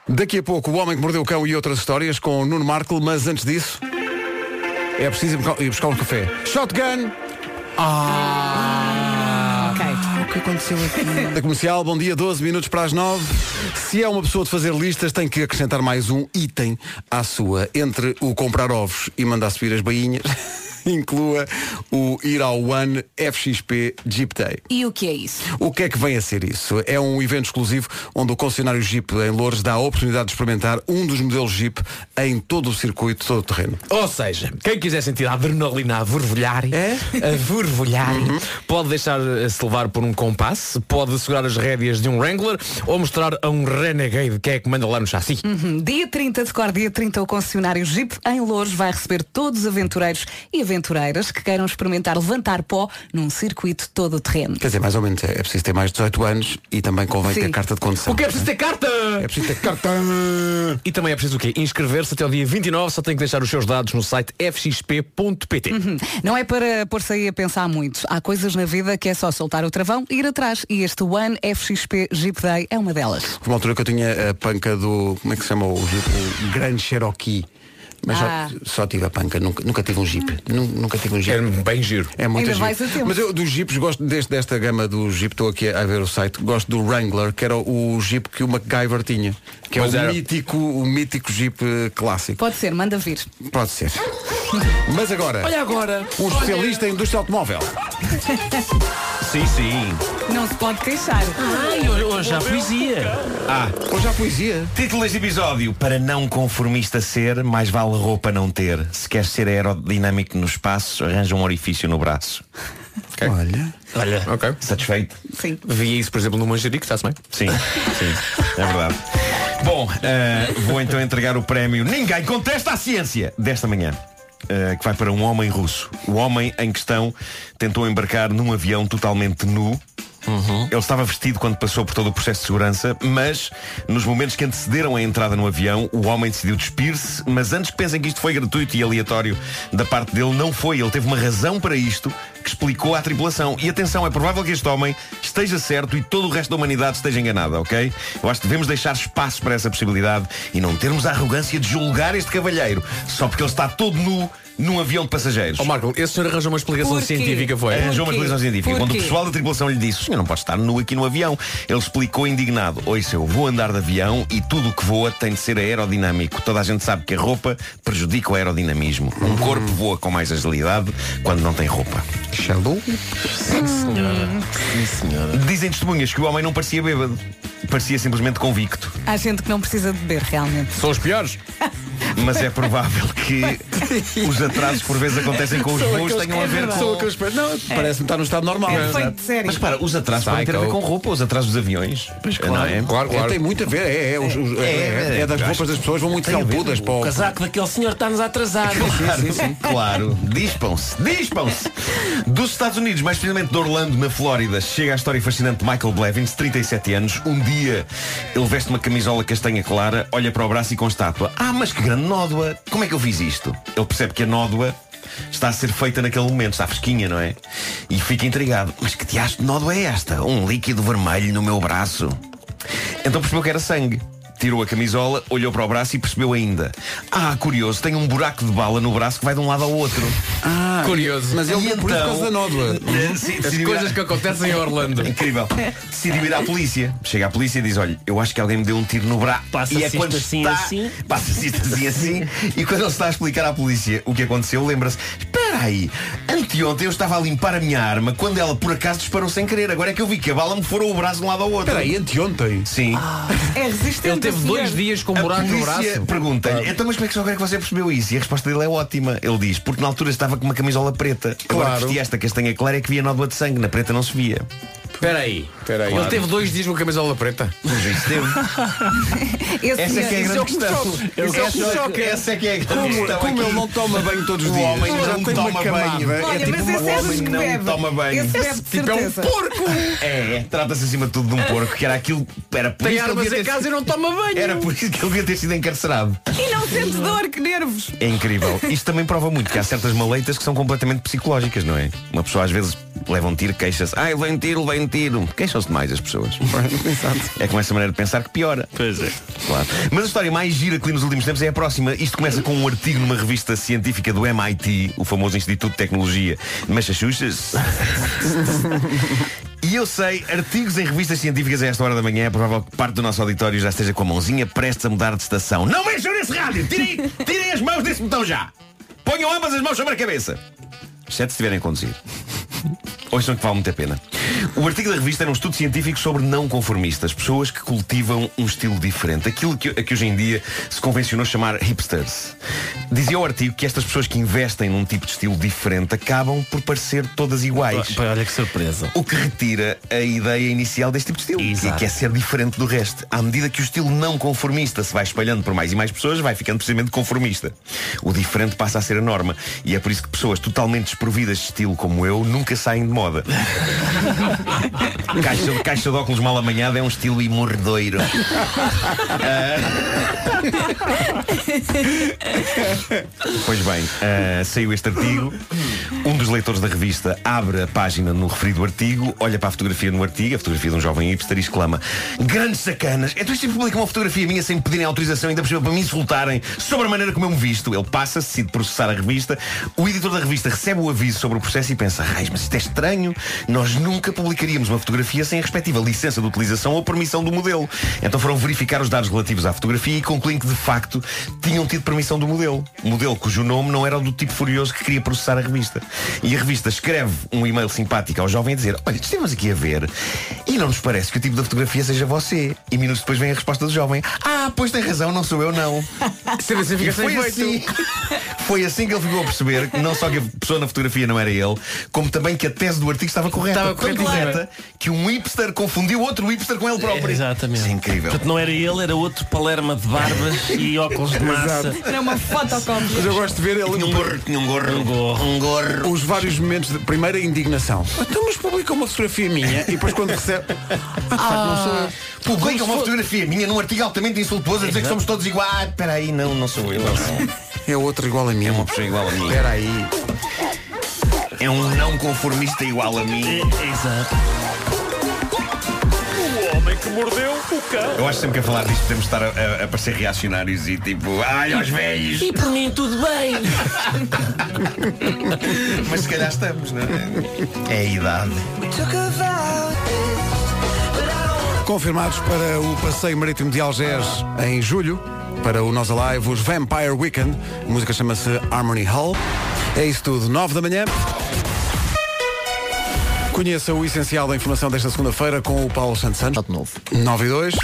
Speaker 1: Daqui a pouco o Homem que Mordeu o Cão e outras histórias com o Nuno Marco, mas antes disso é preciso ir buscar- ir buscar um café. Shotgun! Ah! O que aconteceu aqui? Da comercial, bom dia, 12 minutos para as 9. Se é uma pessoa de fazer listas, tem que acrescentar mais um item à sua. Entre o comprar ovos e mandar subir as bainhas, [LAUGHS] inclua o ir ao One FXP Jeep Day.
Speaker 3: E o que é isso?
Speaker 1: O que é que vem a ser isso? É um evento exclusivo onde o concessionário Jeep em Loures dá a oportunidade de experimentar um dos modelos Jeep em todo o circuito, todo o terreno.
Speaker 4: Ou seja, quem quiser sentir a adrenalina a borbulhar, a borbulhar, pode deixar-se levar por um compasso, pode segurar as rédeas de um Wrangler ou mostrar a um Renegade que é que manda lá no chassi.
Speaker 3: Uhum. Dia 30 de cor, dia 30, o concessionário Jeep em Louros vai receber todos os aventureiros e aventureiras que queiram experimentar levantar pó num circuito todo o terreno.
Speaker 1: Quer dizer, mais ou menos é, é preciso ter mais de 18 anos e também convém
Speaker 3: Sim.
Speaker 1: ter carta de condução.
Speaker 4: O que é preciso ter carta? É
Speaker 1: preciso ter carta.
Speaker 4: E também é preciso o quê? Inscrever-se até o dia 29, só tem que deixar os seus dados no site fxp.pt.
Speaker 3: [LAUGHS] Não é para pôr-se aí a pensar muito. Há coisas na vida que é só soltar o travão e ir atrás. E este One FXP Jeep Day é uma delas.
Speaker 1: Houve uma altura que eu tinha a panca do. Como é que se chama o, o, o Grande Cherokee? Mas
Speaker 3: Ah.
Speaker 1: só, só tive a panca, nunca, nunca tive um jeep. Nu- Nunca tive um jeep. É
Speaker 4: bem giro.
Speaker 1: É muito
Speaker 3: Ainda vais a
Speaker 1: giro.
Speaker 3: tempo.
Speaker 1: Mas eu dos jeeps gosto deste, desta gama do jeep, estou aqui a ver o site, gosto do Wrangler, que era o jeep que o MacGyver tinha. Que
Speaker 4: Pois
Speaker 1: é o
Speaker 4: era.
Speaker 1: mítico, o mítico jeep eh, clássico.
Speaker 3: Pode ser, manda vir. [LAUGHS]
Speaker 1: Pode ser. Mas agora,
Speaker 3: Olha agora.
Speaker 1: um especialista em indústria automóvel.
Speaker 14: Sim, sim.
Speaker 3: Não se pode queixar.
Speaker 14: Ai, hoje, hoje já poesia.
Speaker 11: Ah,
Speaker 1: hoje há poesia.
Speaker 11: Título deste episódio: Para não conformista ser, mais vale roupa não ter. Se queres ser aerodinâmico no espaço, arranja um orifício no braço.
Speaker 1: Olha.
Speaker 4: Olha. Ok.
Speaker 11: Satisfeito?
Speaker 3: Sim.
Speaker 4: Vi isso, por exemplo, no manjerico, está-se bem?
Speaker 11: Sim, sim, é verdade. Bom, eh, vou então entregar o prémio Ninguém Contesta a Ciência desta manhã. eh, que vai para um homem russo. O homem em questão tentou embarcar num avião totalmente nu. Ele estava vestido quando passou por todo o processo de segurança, mas nos momentos que antecederam a entrada no avião, o homem decidiu despir-se. Mas antes que pensem que isto foi gratuito e aleatório da parte dele, não foi. Ele teve uma razão para isto que explicou à tripulação. E atenção, é provável que este homem esteja certo e todo o resto da humanidade esteja enganada, ok? Eu acho que devemos deixar espaço para essa possibilidade e não termos a arrogância de julgar este cavalheiro só porque ele está todo nu num avião de passageiros.
Speaker 4: Ó Oh, Marco, esse senhor arranjou uma explicação
Speaker 11: Por quê?
Speaker 4: científica, foi?
Speaker 11: Arranjou uma explicação científica. Quando o pessoal da tripulação lhe disse, o senhor não pode estar nu aqui no avião, ele explicou indignado, oi eu vou andar de avião e tudo o que voa tem de ser aerodinâmico. Toda a gente sabe que a roupa prejudica o aerodinamismo. Um corpo voa com mais agilidade quando não tem roupa.
Speaker 1: Xalu?
Speaker 11: Sim, senhora. Sim, senhora. Dizem testemunhas que o homem não parecia bêbado. Parecia simplesmente convicto.
Speaker 3: Há gente que não precisa de beber, realmente.
Speaker 11: São os piores. Mas é provável que os atrasos por vezes acontecem com os
Speaker 1: São
Speaker 11: voos
Speaker 1: aqueles
Speaker 11: tenham
Speaker 1: que-
Speaker 11: a ver com...
Speaker 1: são aqueles que- Não, parece-me estar no estado normal.
Speaker 11: É
Speaker 1: não
Speaker 11: feito
Speaker 1: Exato.
Speaker 11: de série. Mas para, os atrasos podem ter a ver com roupa, os atrasos dos aviões. Pois
Speaker 1: claro.
Speaker 11: Não é?
Speaker 1: Claro, claro. É, tem muito a ver, é, é, os- os- é, é, é das
Speaker 11: eu acho
Speaker 1: roupas das
Speaker 11: que
Speaker 1: pessoas, vão muito
Speaker 11: tem a ver.
Speaker 1: felpudas para o-
Speaker 14: O casaco daquele senhor está-nos atrasado.
Speaker 11: Claro, claro. Dispam-se, dispam-se. Dos Estados Unidos, mais precisamente de Orlando, na Flórida, chega a história fascinante de Michael Blevins, 37 anos. Um dia ele veste uma camisola castanha clara, olha para o braço e constata: Ah, mas que grande nódoa! Como é que eu fiz isto? Ele percebe que a nódoa está a ser feita naquele momento, está fresquinha, não é? E fica intrigado: Mas que diacho de nódoa é esta? Um líquido vermelho no meu braço. Então percebeu que era sangue. Tirou a camisola, olhou para o braço e percebeu ainda. Ah, curioso, tem um buraco de bala no braço que vai de um lado ao outro.
Speaker 1: Ah,
Speaker 4: Curioso.
Speaker 1: Mas ele
Speaker 11: E então,
Speaker 1: não por isso por causa da
Speaker 11: [LAUGHS]
Speaker 1: nódoa.
Speaker 11: eh, se-
Speaker 4: As
Speaker 11: decidiu
Speaker 4: coisas que acontecem em Orlando.
Speaker 11: Incrível. Decidiu ir à polícia. Chega à polícia e diz, olha, eu acho que alguém me deu um tiro no braço.
Speaker 14: Passa-se
Speaker 11: e
Speaker 14: isto assim, assim.
Speaker 11: Passa-se isto assim, assim. E quando ele está a explicar à polícia o que aconteceu, lembra-se, espera aí, anteontem eu estava a limpar a minha arma quando ela por acaso disparou sem querer. Agora é que eu vi que a bala me furou o braço de um lado ao outro. Espera
Speaker 1: aí, anteontem?
Speaker 11: Sim.
Speaker 14: Ah.
Speaker 3: É resistente.
Speaker 11: Ele teve dois
Speaker 4: dias com um
Speaker 11: buraco no braço. Pergunta-lhe, então mas como é que só quer que você percebeu isso? E a resposta dele é ótima. Ele diz, porque na altura estava com uma camisola preta. Agora
Speaker 4: Claro.
Speaker 11: vestia esta castanha clara é que via nódoa de sangue. Na preta não se via.
Speaker 4: Espera aí.
Speaker 11: aí.
Speaker 4: Ele teve dois dias com a camisola preta.
Speaker 3: Esse
Speaker 11: Essa é que é a
Speaker 4: Isso
Speaker 11: grande
Speaker 4: é o que
Speaker 11: questão.
Speaker 4: choca.
Speaker 11: Eu
Speaker 4: Isso é o
Speaker 11: quero-
Speaker 4: que choca.
Speaker 11: Essa é que é a grande
Speaker 4: Como-
Speaker 11: questão.
Speaker 4: como
Speaker 11: aqui. [LAUGHS]
Speaker 4: ele não toma banho todos os
Speaker 11: O
Speaker 4: dias?
Speaker 11: Um homem
Speaker 4: Já
Speaker 11: não
Speaker 4: tem uma
Speaker 11: toma
Speaker 4: camada.
Speaker 11: banho.
Speaker 4: Olha,
Speaker 11: é
Speaker 4: mas
Speaker 11: tipo,
Speaker 4: esse é
Speaker 11: o
Speaker 4: dos
Speaker 11: homem
Speaker 4: que
Speaker 11: não
Speaker 4: bebe.
Speaker 11: toma banho.
Speaker 4: Esse bebe, de
Speaker 11: tipo é um
Speaker 4: certeza.
Speaker 11: porco. É, é. trata-se acima de tudo de um porco, que era aquilo. Era por
Speaker 4: Tem
Speaker 11: isso que ele
Speaker 4: armas
Speaker 11: devia
Speaker 4: em
Speaker 11: ter-
Speaker 4: casa e não toma banho.
Speaker 11: Era por isso que ele devia ter sido encarcerado.
Speaker 3: E não sente dor,
Speaker 11: [LAUGHS]
Speaker 3: que nervos.
Speaker 11: É incrível. Isto também prova muito que há certas maleitas que são completamente psicológicas, não é? Uma pessoa às vezes leva um tiro, queixa-se. Ai, levei um tiro, levei um tiro. Queixam-se demais as pessoas. é com essa maneira de pensar que piora. Pois é. Claro. Mas a história mais gira que li nos últimos tempos é a próxima. Isto começa com um artigo numa revista científica do MIT, o famoso Instituto de Tecnologia de Massachusetts. E eu sei, artigos em revistas científicas a esta hora da manhã, é provável que parte do nosso auditório já esteja com a mãozinha prestes a mudar de estação. Não mexam nesse rádio! Tirem, tirem as mãos desse botão já! Ponham ambas as mãos sobre a cabeça! Exceto se estiverem a conduzir. Hoje não que vale muito a pena. O artigo da revista era um estudo científico sobre não conformistas, pessoas que cultivam um estilo diferente, aquilo que, a que hoje em dia se convencionou chamar hipsters. Dizia o artigo que estas pessoas que investem num tipo de estilo diferente acabam por parecer todas iguais.
Speaker 14: Olha que surpresa.
Speaker 11: O que retira a ideia inicial deste tipo de estilo,
Speaker 14: Exato.
Speaker 11: que é ser diferente do resto. À medida que o estilo não conformista se vai espalhando por mais e mais pessoas, vai ficando precisamente conformista. O diferente passa a ser a norma. E é por isso que pessoas totalmente desprovidas de estilo como eu nunca saem de moda. [LAUGHS] caixa, caixa de óculos mal amanhada é um estilo imordoiro. Pois bem, ah, saiu este eh, artigo. Um dos leitores da revista abre a página no referido artigo, olha para a fotografia no artigo, a fotografia de um jovem hipster e exclama Grandes sacanas! Então isto publica uma fotografia minha sem me pedirem autorização, ainda por cima para me insultarem sobre a maneira como eu me visto. Ele passa-se, decide processar a revista. O editor da revista recebe o aviso sobre o processo e pensa Raiz, mas isto é estranho. Nós nunca publicaríamos uma fotografia sem a respectiva licença de utilização ou permissão do modelo. Então foram verificar os dados relativos à fotografia e concluem que, de facto, tinham tido permissão do modelo. O modelo cujo nome não era o do tipo furioso que queria processar a revista. E a revista escreve um e-mail simpático ao jovem a dizer Olha, estivemos aqui a ver e não nos parece que o tipo da fotografia seja você. E minutos depois vem a resposta do jovem Ah, pois tem razão, não sou eu não.
Speaker 13: Sempre assim fica
Speaker 11: E foi
Speaker 13: sem
Speaker 11: assim, foi assim que ele ficou a perceber que não só que a pessoa na fotografia não era ele, como também que a tese do artigo estava correta.
Speaker 9: Estava
Speaker 11: Tão
Speaker 9: corretíssima.
Speaker 11: correta que um hipster confundiu outro hipster com ele próprio.
Speaker 14: Exatamente. Ah,
Speaker 11: Isso é incrível.
Speaker 14: Portanto, não era ele, era outro palerma de
Speaker 11: [LAUGHS]
Speaker 14: barbas e óculos de massa.
Speaker 3: Era uma fotocópia.
Speaker 1: Mas eu gosto de ver ele. Um gorro,
Speaker 11: um gorro, um
Speaker 14: gorro.
Speaker 1: Os vários momentos de primeira indignação. Então, mas publica uma fotografia minha e depois quando [LAUGHS] recebe.
Speaker 11: Ah, Publica uma fotografia minha num artigo altamente insultuoso a dizer que somos todos iguais. Espera aí, não, não sou eu.
Speaker 1: É outro igual a mim. É
Speaker 11: uma pessoa igual a mim. Espera aí. É um não conformista igual a mim.
Speaker 14: Exato.
Speaker 13: O homem que mordeu o cão.
Speaker 11: Eu acho que sempre que a falar disto podemos estar a, a, a parecer reacionários e tipo, ai
Speaker 7: [LAUGHS]
Speaker 11: aos velhos.
Speaker 13: E por mim tudo bem.
Speaker 11: Mas se calhar estamos, não é? É a idade.
Speaker 1: Confirmados para o passeio marítimo de Algés em julho, para o Nós Alive, os Vampire Weekend. A música chama-se Harmony Hall. É isso tudo, 9 da manhã. Conheça o essencial da informação desta segunda-feira com o Paulo Santos Santos. de novo. 9 e 2.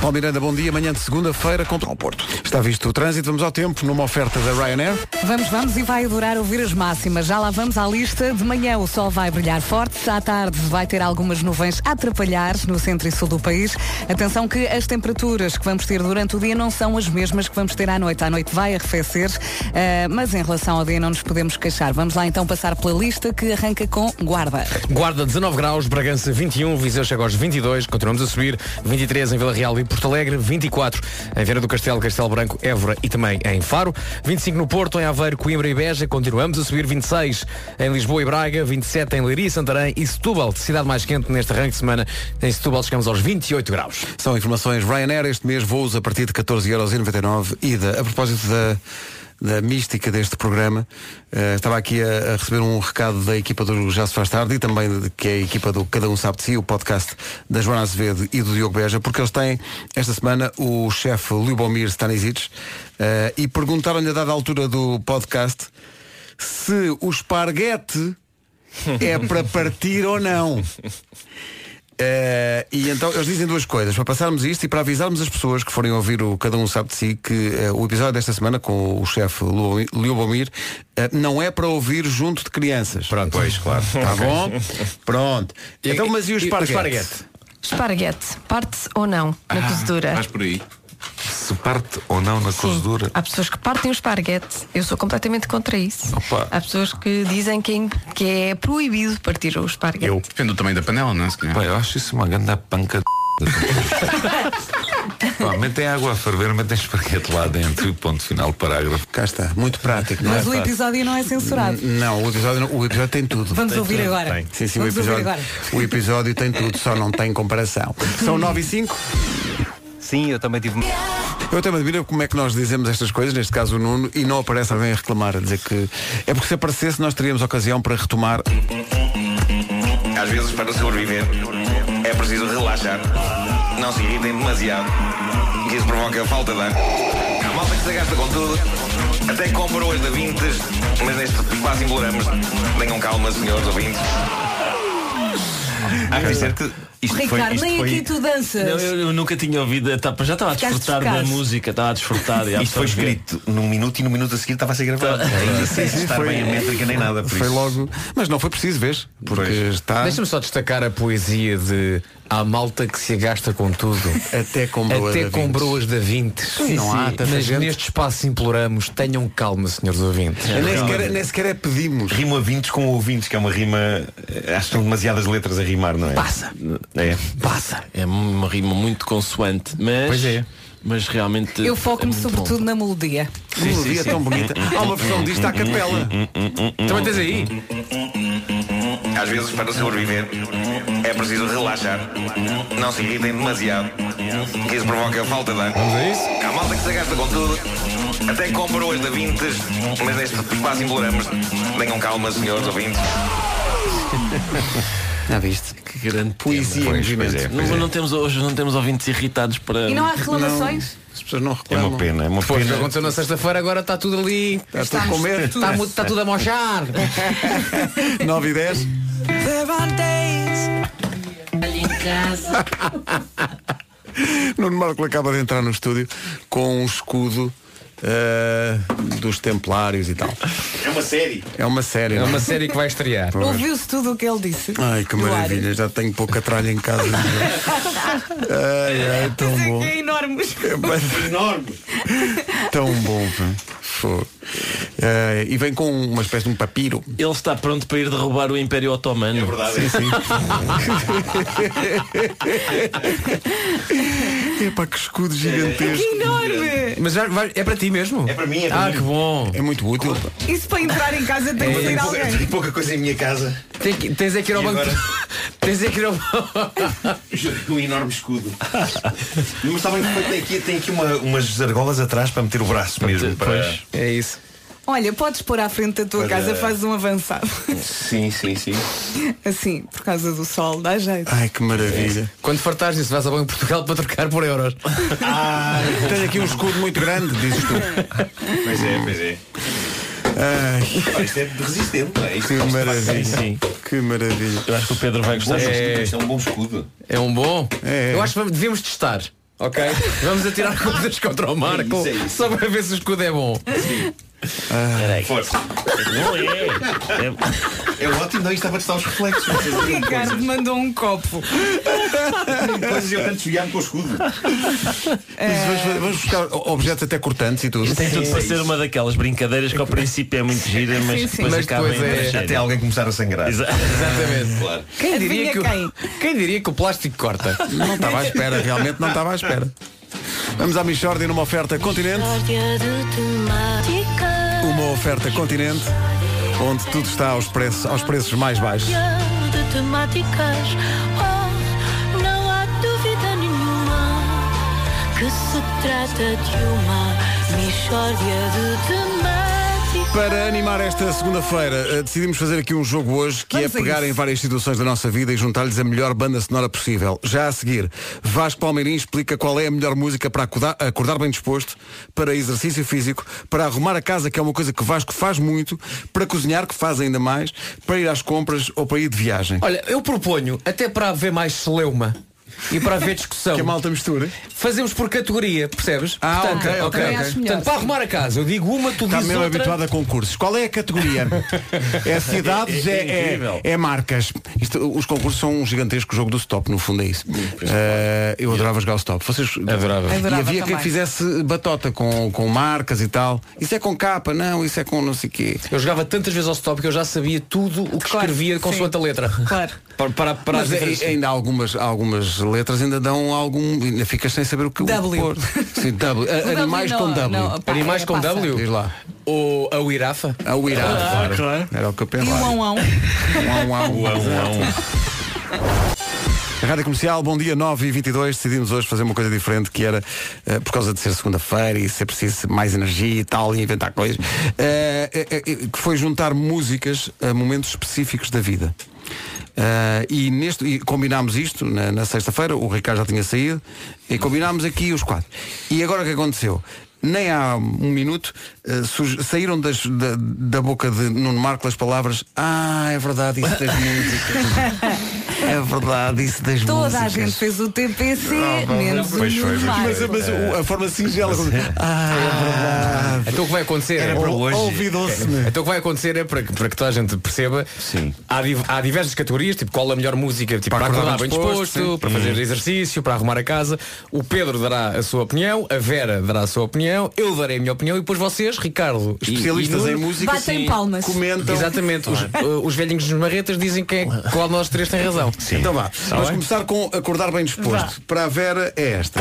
Speaker 1: Paulo Miranda, bom dia. Manhã de segunda-feira contra o Porto. Está visto o trânsito. Vamos ao tempo numa oferta da Ryanair.
Speaker 3: Vamos, vamos e vai adorar ouvir as máximas. Já lá vamos à lista. De manhã o sol vai brilhar forte, à tarde vai ter algumas nuvens a atrapalhar no centro e sul do país. Atenção que as temperaturas que vamos ter durante o dia não são as mesmas que vamos ter à noite. À noite vai arrefecer, eh, mas em relação ao dia não nos podemos queixar. Vamos lá então passar pela lista que arranca com guarda.
Speaker 4: Guarda 19 graus, Bragança 21, Viseu chega aos 22, continuamos a subir, 23 em Vila Real e Porto Alegre, 24 em Viana do Castelo, Castelo Branco, Évora e também em Faro, 25 no Porto, em Aveiro, Coimbra e Beja, continuamos a subir, 26 em Lisboa e Braga, 27 em Leiria, Santarém e Setúbal, cidade mais quente neste arranque de semana, em Setúbal chegamos aos 28 graus.
Speaker 1: São informações Ryanair este mês, voos a partir de 14,99€ ida. A propósito da, da mística deste programa, eh, estava aqui a, a receber um recado da equipa do Já se faz tarde e também de- que é a equipa do Cada Um Sabe de Si, o podcast da Joana Azevedo e do Diogo Beja, porque eles têm esta semana o chefe Lubomir Stanisic eh, e perguntaram-lhe a dada altura do podcast se o esparguete é para partir ou não. Eh, e então eles dizem duas coisas, para passarmos isto e para avisarmos as pessoas que forem ouvir o Cada Um Sabe de Si que eh, o episódio desta semana com o chefe Lu- Lubomir eh, não é para ouvir junto de crianças. Pronto, [LAUGHS]
Speaker 11: pois, claro.
Speaker 1: Tá
Speaker 11: Ok.
Speaker 1: bom? Pronto. então, mas e o esparguete?
Speaker 20: Esparguete, parte ou não na
Speaker 7: Ah,
Speaker 20: cozedura?
Speaker 7: Vais por aí. Se parte ou não na cozedura.
Speaker 20: [LAUGHS] Há pessoas que partem o esparguete. Eu sou completamente contra isso.
Speaker 7: Opa.
Speaker 20: Há pessoas que dizem que, é im- que é proibido partir o esparguete.
Speaker 7: Depende do tamanho da panela, não é? Pá, eu acho isso uma grande panca de. [LAUGHS] Pá, metem água a ferver, metem esparguete lá dentro e ponto final, parágrafo.
Speaker 1: Cá está, muito prático,
Speaker 3: Mas o episódio não é censurado.
Speaker 1: N- Não, o episódio, não- o episódio tem tudo.
Speaker 3: Vamos Tem ouvir tudo. agora.
Speaker 1: Tem. Sim, sim,
Speaker 3: Vamos
Speaker 1: o,
Speaker 3: ouvir
Speaker 1: episódio,
Speaker 3: agora.
Speaker 1: o episódio tem tudo, só não tem comparação. São 9 e 5.
Speaker 10: Sim, eu também tive.
Speaker 1: Eu até me admiro como é que nós dizemos estas coisas, neste caso o Nuno, e não aparece alguém a reclamar, a dizer que. É porque se aparecesse nós teríamos ocasião para retomar. [LAUGHS]
Speaker 11: Às vezes, para sobreviver, é preciso relaxar. Não se irritem demasiado. que Isso provoca falta de ar. A malta que se gasta com tudo. Até compra hoje da Vintes, mas neste quase imploramos. Tenham calma, senhores ouvintes. Há que dizer que [LAUGHS] isto
Speaker 3: Ricardo,
Speaker 11: foi, isto
Speaker 3: nem
Speaker 11: foi-
Speaker 3: aqui tu danças.
Speaker 14: Não, eu, eu nunca tinha ouvido a etapa, já estava a
Speaker 3: Ficaste
Speaker 14: desfrutar da
Speaker 3: chocado.
Speaker 14: música, estava a desfrutar. e a
Speaker 11: Isto foi
Speaker 14: absorver.
Speaker 11: escrito num minuto e no minuto a seguir estava a ser gravado. Ainda sem estar bem a métrica nem nada. Por
Speaker 1: Foi
Speaker 11: isso.
Speaker 1: logo. Mas não foi preciso, vês? Porque está.
Speaker 4: Deixa-me só destacar a poesia de Há malta que se gasta com tudo.
Speaker 1: Até com
Speaker 4: broas
Speaker 1: broas
Speaker 4: Até
Speaker 1: da
Speaker 4: com
Speaker 1: Vintes.
Speaker 4: broas da Vintes.
Speaker 1: Sim, não há tanta
Speaker 4: Mas
Speaker 1: gente.
Speaker 4: neste espaço imploramos, tenham calma, senhores ouvintes.
Speaker 11: É,
Speaker 1: nem,
Speaker 11: realmente.
Speaker 1: sequer, nem sequer é pedimos.
Speaker 11: Rimo a vintes com ouvintes, que é uma rima. eh, Acho que são demasiadas letras a rimar, não é?
Speaker 14: Passa.
Speaker 11: É.
Speaker 14: Passa. É uma rima muito consoante, mas.
Speaker 11: Pois é.
Speaker 14: Mas realmente.
Speaker 3: Eu foco-me
Speaker 14: é muito
Speaker 3: sobretudo na melodia.
Speaker 14: Sim, sim, sim.
Speaker 1: Há uma versão disto à
Speaker 14: [LAUGHS]
Speaker 1: capela.
Speaker 11: Também
Speaker 1: tens aí?
Speaker 11: Às vezes, para sobreviver, é preciso relaxar. Não se irritem demasiado. Isso provoca falta de ar. Vamos a isso? Há malta que se gasta com tudo. Até compra hoje da Vintes, mas neste quase imploramos. Tenham calma, senhores ouvintes.
Speaker 14: Já viste? Que grande poesia,
Speaker 11: Pois, pois é, pois
Speaker 14: não,
Speaker 11: é.
Speaker 14: não temos hoje, não temos ouvintes irritados para.
Speaker 3: E não há reclamações?
Speaker 1: As pessoas não
Speaker 11: É uma pena, é uma
Speaker 4: Foi o que
Speaker 11: pena.
Speaker 4: aconteceu na sexta-feira, agora está tudo ali.
Speaker 3: Tá
Speaker 4: Está
Speaker 1: tudo a comer.
Speaker 4: Está, tá mu- está tudo a
Speaker 3: [LAUGHS]
Speaker 4: mochar.
Speaker 1: 9 e 10. Nuno Marco acaba de entrar no estúdio com um escudo eh, dos Templários e tal.
Speaker 11: É uma série.
Speaker 1: É uma série.
Speaker 4: É
Speaker 1: não
Speaker 4: uma série que vai estrear.
Speaker 1: Pois.
Speaker 3: Ouviu-se tudo o que ele disse.
Speaker 1: Ai, que
Speaker 3: No ar. [LAUGHS]
Speaker 1: maravilha, já tenho pouca tralha em
Speaker 11: [LAUGHS]
Speaker 1: casa. ai, ai, tão bom.
Speaker 3: É enorme.
Speaker 1: Enorme. Tão bom, pá. Fogo. Eh, e vem com uma espécie de um papiro.
Speaker 14: Ele está pronto para ir derrubar o Império Otomano. É verdade.
Speaker 1: Sim,
Speaker 3: [LAUGHS]
Speaker 1: sim. Epá, que escudo gigantesco.
Speaker 3: Que enorme!
Speaker 4: Mas já vai- é para ti mesmo? É
Speaker 11: para mim,
Speaker 4: Ah, que bom.
Speaker 1: É muito útil. pá.
Speaker 3: Isso para entrar em casa tem que
Speaker 4: É,
Speaker 3: ser
Speaker 4: pouca-
Speaker 3: alguém.
Speaker 11: pouca coisa em minha casa.
Speaker 4: Tem que- [LAUGHS] tens é que ir ao
Speaker 11: E
Speaker 4: banco.
Speaker 11: agora?
Speaker 4: Tens é que ir ao
Speaker 11: [LAUGHS] um enorme escudo. Mas está bem feito tem aqui, tem aqui uma- umas argolas atrás para meter o braço mesmo. Para...
Speaker 4: É isso.
Speaker 3: Olha, podes pôr à frente da tua
Speaker 11: Olha.
Speaker 3: casa, faz um avançado.
Speaker 11: Sim, sim, sim.
Speaker 3: [LAUGHS] Assim, por causa do sol, dá jeito.
Speaker 1: Ai, que maravilha.
Speaker 4: É. Quando fartares disso, vais ao Banco de Portugal para trocar por euros.
Speaker 11: Ah,
Speaker 1: Tenho aqui um escudo muito grande, dizes tu.
Speaker 11: um. Pois é, pois é.
Speaker 1: Ai,
Speaker 11: Pá, Isto é de resistente, não é? Isto
Speaker 1: que
Speaker 11: isto faz
Speaker 1: maravilha.
Speaker 11: sentido.
Speaker 1: Que maravilha.
Speaker 14: Eu acho que o Pedro vai gostar.
Speaker 4: É.
Speaker 11: Isto é um bom escudo.
Speaker 4: É um bom?
Speaker 1: É.
Speaker 4: Eu acho que vamos- devíamos testar. Ok? Vamos atirar coisas contra o Marco
Speaker 11: É isso, é isso.
Speaker 4: só para ver se o escudo é bom.
Speaker 1: Ah.
Speaker 14: Peraí.
Speaker 11: Força.
Speaker 14: Não é. É-
Speaker 11: É ótimo, não, isto estava a testar os reflexos.
Speaker 3: O Ricardo mandou um copo.
Speaker 11: Depois eu tanto desviar-me com o escudo. É.
Speaker 1: Isso, vamos, vamos buscar objetos até cortantes e tudo.
Speaker 4: é
Speaker 14: Tem tudo para ser uma daquelas brincadeiras que ao princípio é muito gira, mas
Speaker 3: Sim, sim.
Speaker 14: depois
Speaker 4: Mas
Speaker 14: acaba
Speaker 4: depois
Speaker 14: em
Speaker 4: é-
Speaker 14: tragédia.
Speaker 11: Até alguém começar a sangrar.
Speaker 14: Exa-
Speaker 4: Exatamente.
Speaker 11: Claro.
Speaker 4: Quem diria,
Speaker 3: Adivinha
Speaker 4: que o, quem diria que o plástico corta?
Speaker 1: Não estava à espera, realmente não estava à espera. Vamos à Michórdia numa oferta continente. Uma oferta continente onde tudo está aos preços, aos preços mais baixos.
Speaker 5: de temáticas. Oh, não há dúvida nenhuma que se trata de uma mistória de temáticas.
Speaker 1: Para animar esta segunda-feira, eh, decidimos fazer aqui um jogo hoje que
Speaker 3: Vamos
Speaker 1: é
Speaker 3: a
Speaker 1: pegar
Speaker 3: isso.
Speaker 1: em várias situações da nossa vida e juntar-lhes a melhor banda sonora possível. Já a seguir, Vasco Palmeirim explica qual é a melhor música para acordar, acordar bem disposto, para exercício físico, para arrumar a casa, que é uma coisa que Vasco faz muito, para cozinhar, que faz ainda mais, para ir às compras ou para ir de viagem.
Speaker 4: Olha, eu proponho, até para haver mais celeuma e para haver discussão,
Speaker 1: Que a malta mistura.
Speaker 4: fazemos por categoria, percebes?
Speaker 1: Ah,
Speaker 4: Portanto,
Speaker 1: ok, ok,
Speaker 3: ok.
Speaker 4: Portanto, para arrumar a casa, eu digo uma, tu
Speaker 1: Está
Speaker 4: dizes
Speaker 1: mesmo
Speaker 4: outra.
Speaker 1: habituado a concursos. Qual é a categoria? é cidades, é,
Speaker 14: É- é
Speaker 1: é,
Speaker 14: incrível.
Speaker 1: é marcas. Isto, os concursos são um gigantesco jogo do stop, no fundo é isso. Eh, eu adorava jogar o stop. Vocês
Speaker 4: Adorava.
Speaker 1: E
Speaker 3: Adorava
Speaker 1: havia
Speaker 3: também.
Speaker 1: quem fizesse batota com, com marcas e tal. Isso é com capa, não, isso é com não sei quê.
Speaker 4: Eu jogava tantas vezes ao stop que eu já sabia tudo o que
Speaker 3: Claro,
Speaker 4: escrevia consoante a letra.
Speaker 3: [LAUGHS] Claro.
Speaker 4: Para, para, para as
Speaker 1: Mas
Speaker 4: diferentes-
Speaker 1: é- ainda há algumas, algumas letras ainda dão algum. Ainda ficas sem saber o que o
Speaker 3: W.
Speaker 1: pôr. Sim, W.
Speaker 4: é,
Speaker 1: A-
Speaker 3: O W
Speaker 1: Animais
Speaker 3: não,
Speaker 1: com W.
Speaker 3: não, pá,
Speaker 4: Animais
Speaker 3: é,
Speaker 4: com
Speaker 3: passa.
Speaker 4: W?
Speaker 1: Diz lá.
Speaker 4: Ou a uirafa?
Speaker 1: A uirada.
Speaker 14: Ah, claro.
Speaker 1: Era o que eu
Speaker 3: E o
Speaker 1: pensava.
Speaker 3: ão-ão.
Speaker 1: Uau, uau, uau. Rádio Comercial, bom dia 9 e 22 Decidimos hoje fazer uma coisa diferente Que era, eh, por causa de ser segunda-feira E ser preciso mais energia e tal E inventar coisas eh, eh, eh, Que foi juntar músicas a momentos específicos da vida Eh, e, neste, e combinámos isto na, na sexta-feira, o Ricardo já tinha saído e combinámos aqui os quatro. E agora o que aconteceu? Nem há um minuto eh, surg- saíram das- da, da boca de Nuno Marco as palavras Ah, é verdade isso das músicas. É verdade, isso das
Speaker 3: Toda a
Speaker 1: músicas. Ah,
Speaker 3: gente fez o TPC, menos o
Speaker 11: Pois foi,
Speaker 3: Nuno
Speaker 11: pois
Speaker 3: Marco.
Speaker 1: Mas, mas o- a forma singela. como- Ah, é verdade.
Speaker 4: Então o que vai acontecer?
Speaker 11: Era para hoje.
Speaker 1: Ouvidou-se-me.
Speaker 4: Então o que vai acontecer é para que, para que toda a gente perceba
Speaker 11: Sim.
Speaker 4: Há, div- há diversas categorias, tipo qual a melhor música tipo,
Speaker 1: Para
Speaker 4: para,
Speaker 1: acordar
Speaker 4: acordar bem
Speaker 1: disposto,
Speaker 4: disposto,
Speaker 1: sim.
Speaker 11: hum.
Speaker 4: para fazer exercício, para arrumar a casa. O Pedro dará a sua opinião, a Vera dará a sua opinião, eu darei a minha opinião e depois vocês, Ricardo, e-
Speaker 1: Especialistas
Speaker 4: e
Speaker 1: em
Speaker 4: Nuno,
Speaker 1: música
Speaker 3: Batem
Speaker 1: sim,
Speaker 3: palmas.
Speaker 1: comentam.
Speaker 4: Exatamente, os, uh, os velhinhos dos marretas dizem que é qual de nós três tem razão. Então
Speaker 1: Então vá, vamos começar com acordar bem disposto. Para a Vera é esta.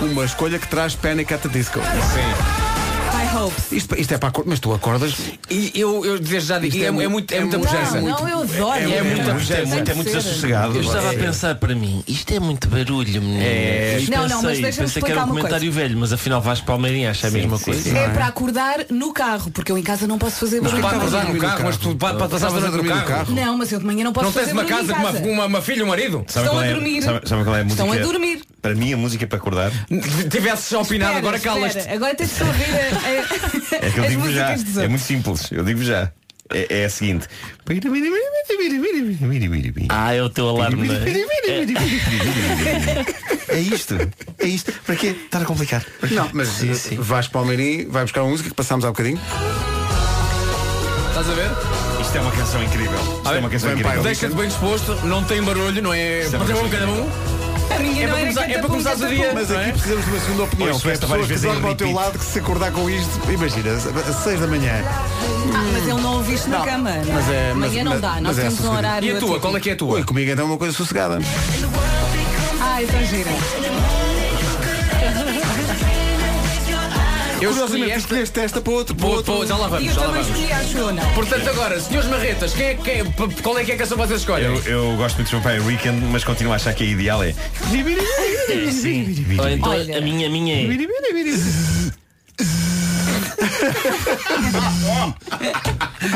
Speaker 1: Uma escolha que traz Panic at the Disco. Sim.
Speaker 3: I hope.
Speaker 1: Isto, isto é para acordar, mas tu acordas.
Speaker 21: E eu, eu desde já digo, é, mu- é muito, é muita pujança.
Speaker 3: adoro.
Speaker 21: É, muita
Speaker 14: é
Speaker 21: pujança.
Speaker 14: muito, é muito desassossegado. Eu estava a pensar para mim, isto é muito barulho, menino.
Speaker 3: É.
Speaker 14: E
Speaker 3: Não, não,
Speaker 14: pensei,
Speaker 3: mas
Speaker 14: pensei
Speaker 3: deixa-me
Speaker 14: que era
Speaker 3: explicar
Speaker 14: um
Speaker 3: uma
Speaker 14: comentário velho, mas afinal Vasco Palmeirinho acha a mesma coisa.
Speaker 3: É para acordar no carro, porque eu em casa não posso fazer
Speaker 14: Mas
Speaker 3: barulho.
Speaker 14: para
Speaker 3: também.
Speaker 14: acordar no carro, mas tu pa- pa-
Speaker 4: passavas a dormir no carro?
Speaker 3: Não, mas eu de manhã não posso
Speaker 4: Não tens
Speaker 3: fazer um
Speaker 4: uma
Speaker 3: barulho
Speaker 4: casa
Speaker 3: em
Speaker 4: com uma,
Speaker 3: casa.
Speaker 4: com uma, [LAUGHS] uma filha e um marido?
Speaker 11: Sabe qual,
Speaker 3: a
Speaker 11: é,
Speaker 3: dormir.
Speaker 11: sabe- sabe qual é a música?
Speaker 3: Estão a dormir.
Speaker 11: Para mim, a música para acordar. é
Speaker 4: Tivesses opinado,
Speaker 3: Espera,
Speaker 4: agora
Speaker 3: espera,
Speaker 4: calas-te.
Speaker 3: Agora tens de ouvir a- a-
Speaker 11: É que eu
Speaker 3: [LAUGHS] as
Speaker 11: digo já.
Speaker 3: músicas dos
Speaker 11: É muito simples. Eu digo já. É, é a seguinte.
Speaker 14: Ah, é o teu alarme.
Speaker 11: É isto. [LAUGHS] É isto. Para quê? Estar a complicar.
Speaker 1: Não, mas sim, Vasco Palmeirinho vai buscar uma música que passámos há bocadinho.
Speaker 4: Estás a ver?
Speaker 11: Isto é uma canção incrível. Isto
Speaker 4: A
Speaker 11: é
Speaker 4: ver,
Speaker 11: uma canção incrível.
Speaker 4: Deixa-te bem disposto, não tem barulho, não é?
Speaker 11: Isto é uma
Speaker 4: Cada um,
Speaker 11: canção
Speaker 4: cada um.
Speaker 3: A minha
Speaker 4: É
Speaker 3: não
Speaker 4: para
Speaker 3: era
Speaker 4: começar-
Speaker 3: canta
Speaker 4: é para
Speaker 3: pum,
Speaker 4: começar o
Speaker 3: canta
Speaker 4: dia. é?
Speaker 3: pum.
Speaker 1: Mas aqui precisamos de uma segunda opinião.
Speaker 11: Ouço
Speaker 1: que é
Speaker 11: esta
Speaker 1: pessoas
Speaker 11: várias
Speaker 1: que
Speaker 11: vezes em
Speaker 1: dormem ao teu
Speaker 11: repeat.
Speaker 1: lado que se acordar com isto, imagina, às 6 da manhã.
Speaker 3: Ah, mas ele não ouviu isto na cama.
Speaker 1: Mas é, mas,
Speaker 3: Amanhã não
Speaker 1: mas-
Speaker 3: dá, nós
Speaker 1: mas é
Speaker 3: temos um
Speaker 1: sossegado.
Speaker 3: horário. atípico.
Speaker 1: que é a tua? Oi, comigo então é uma coisa sossegada.
Speaker 3: Ah, então gira.
Speaker 4: Eu
Speaker 1: Curiosamente, escolheste esta para outro.
Speaker 4: Boa, boa, já lá vamos, já lá vamos. Portanto, agora, senhores marretas, quem é, quem, p- qual é que é a canção que vocês escolhem?
Speaker 11: Eu, eu gosto muito de Vampire Weekend, mas continuo a achar que a ideal é.
Speaker 5: É,
Speaker 14: Ou então a minha, a minha é.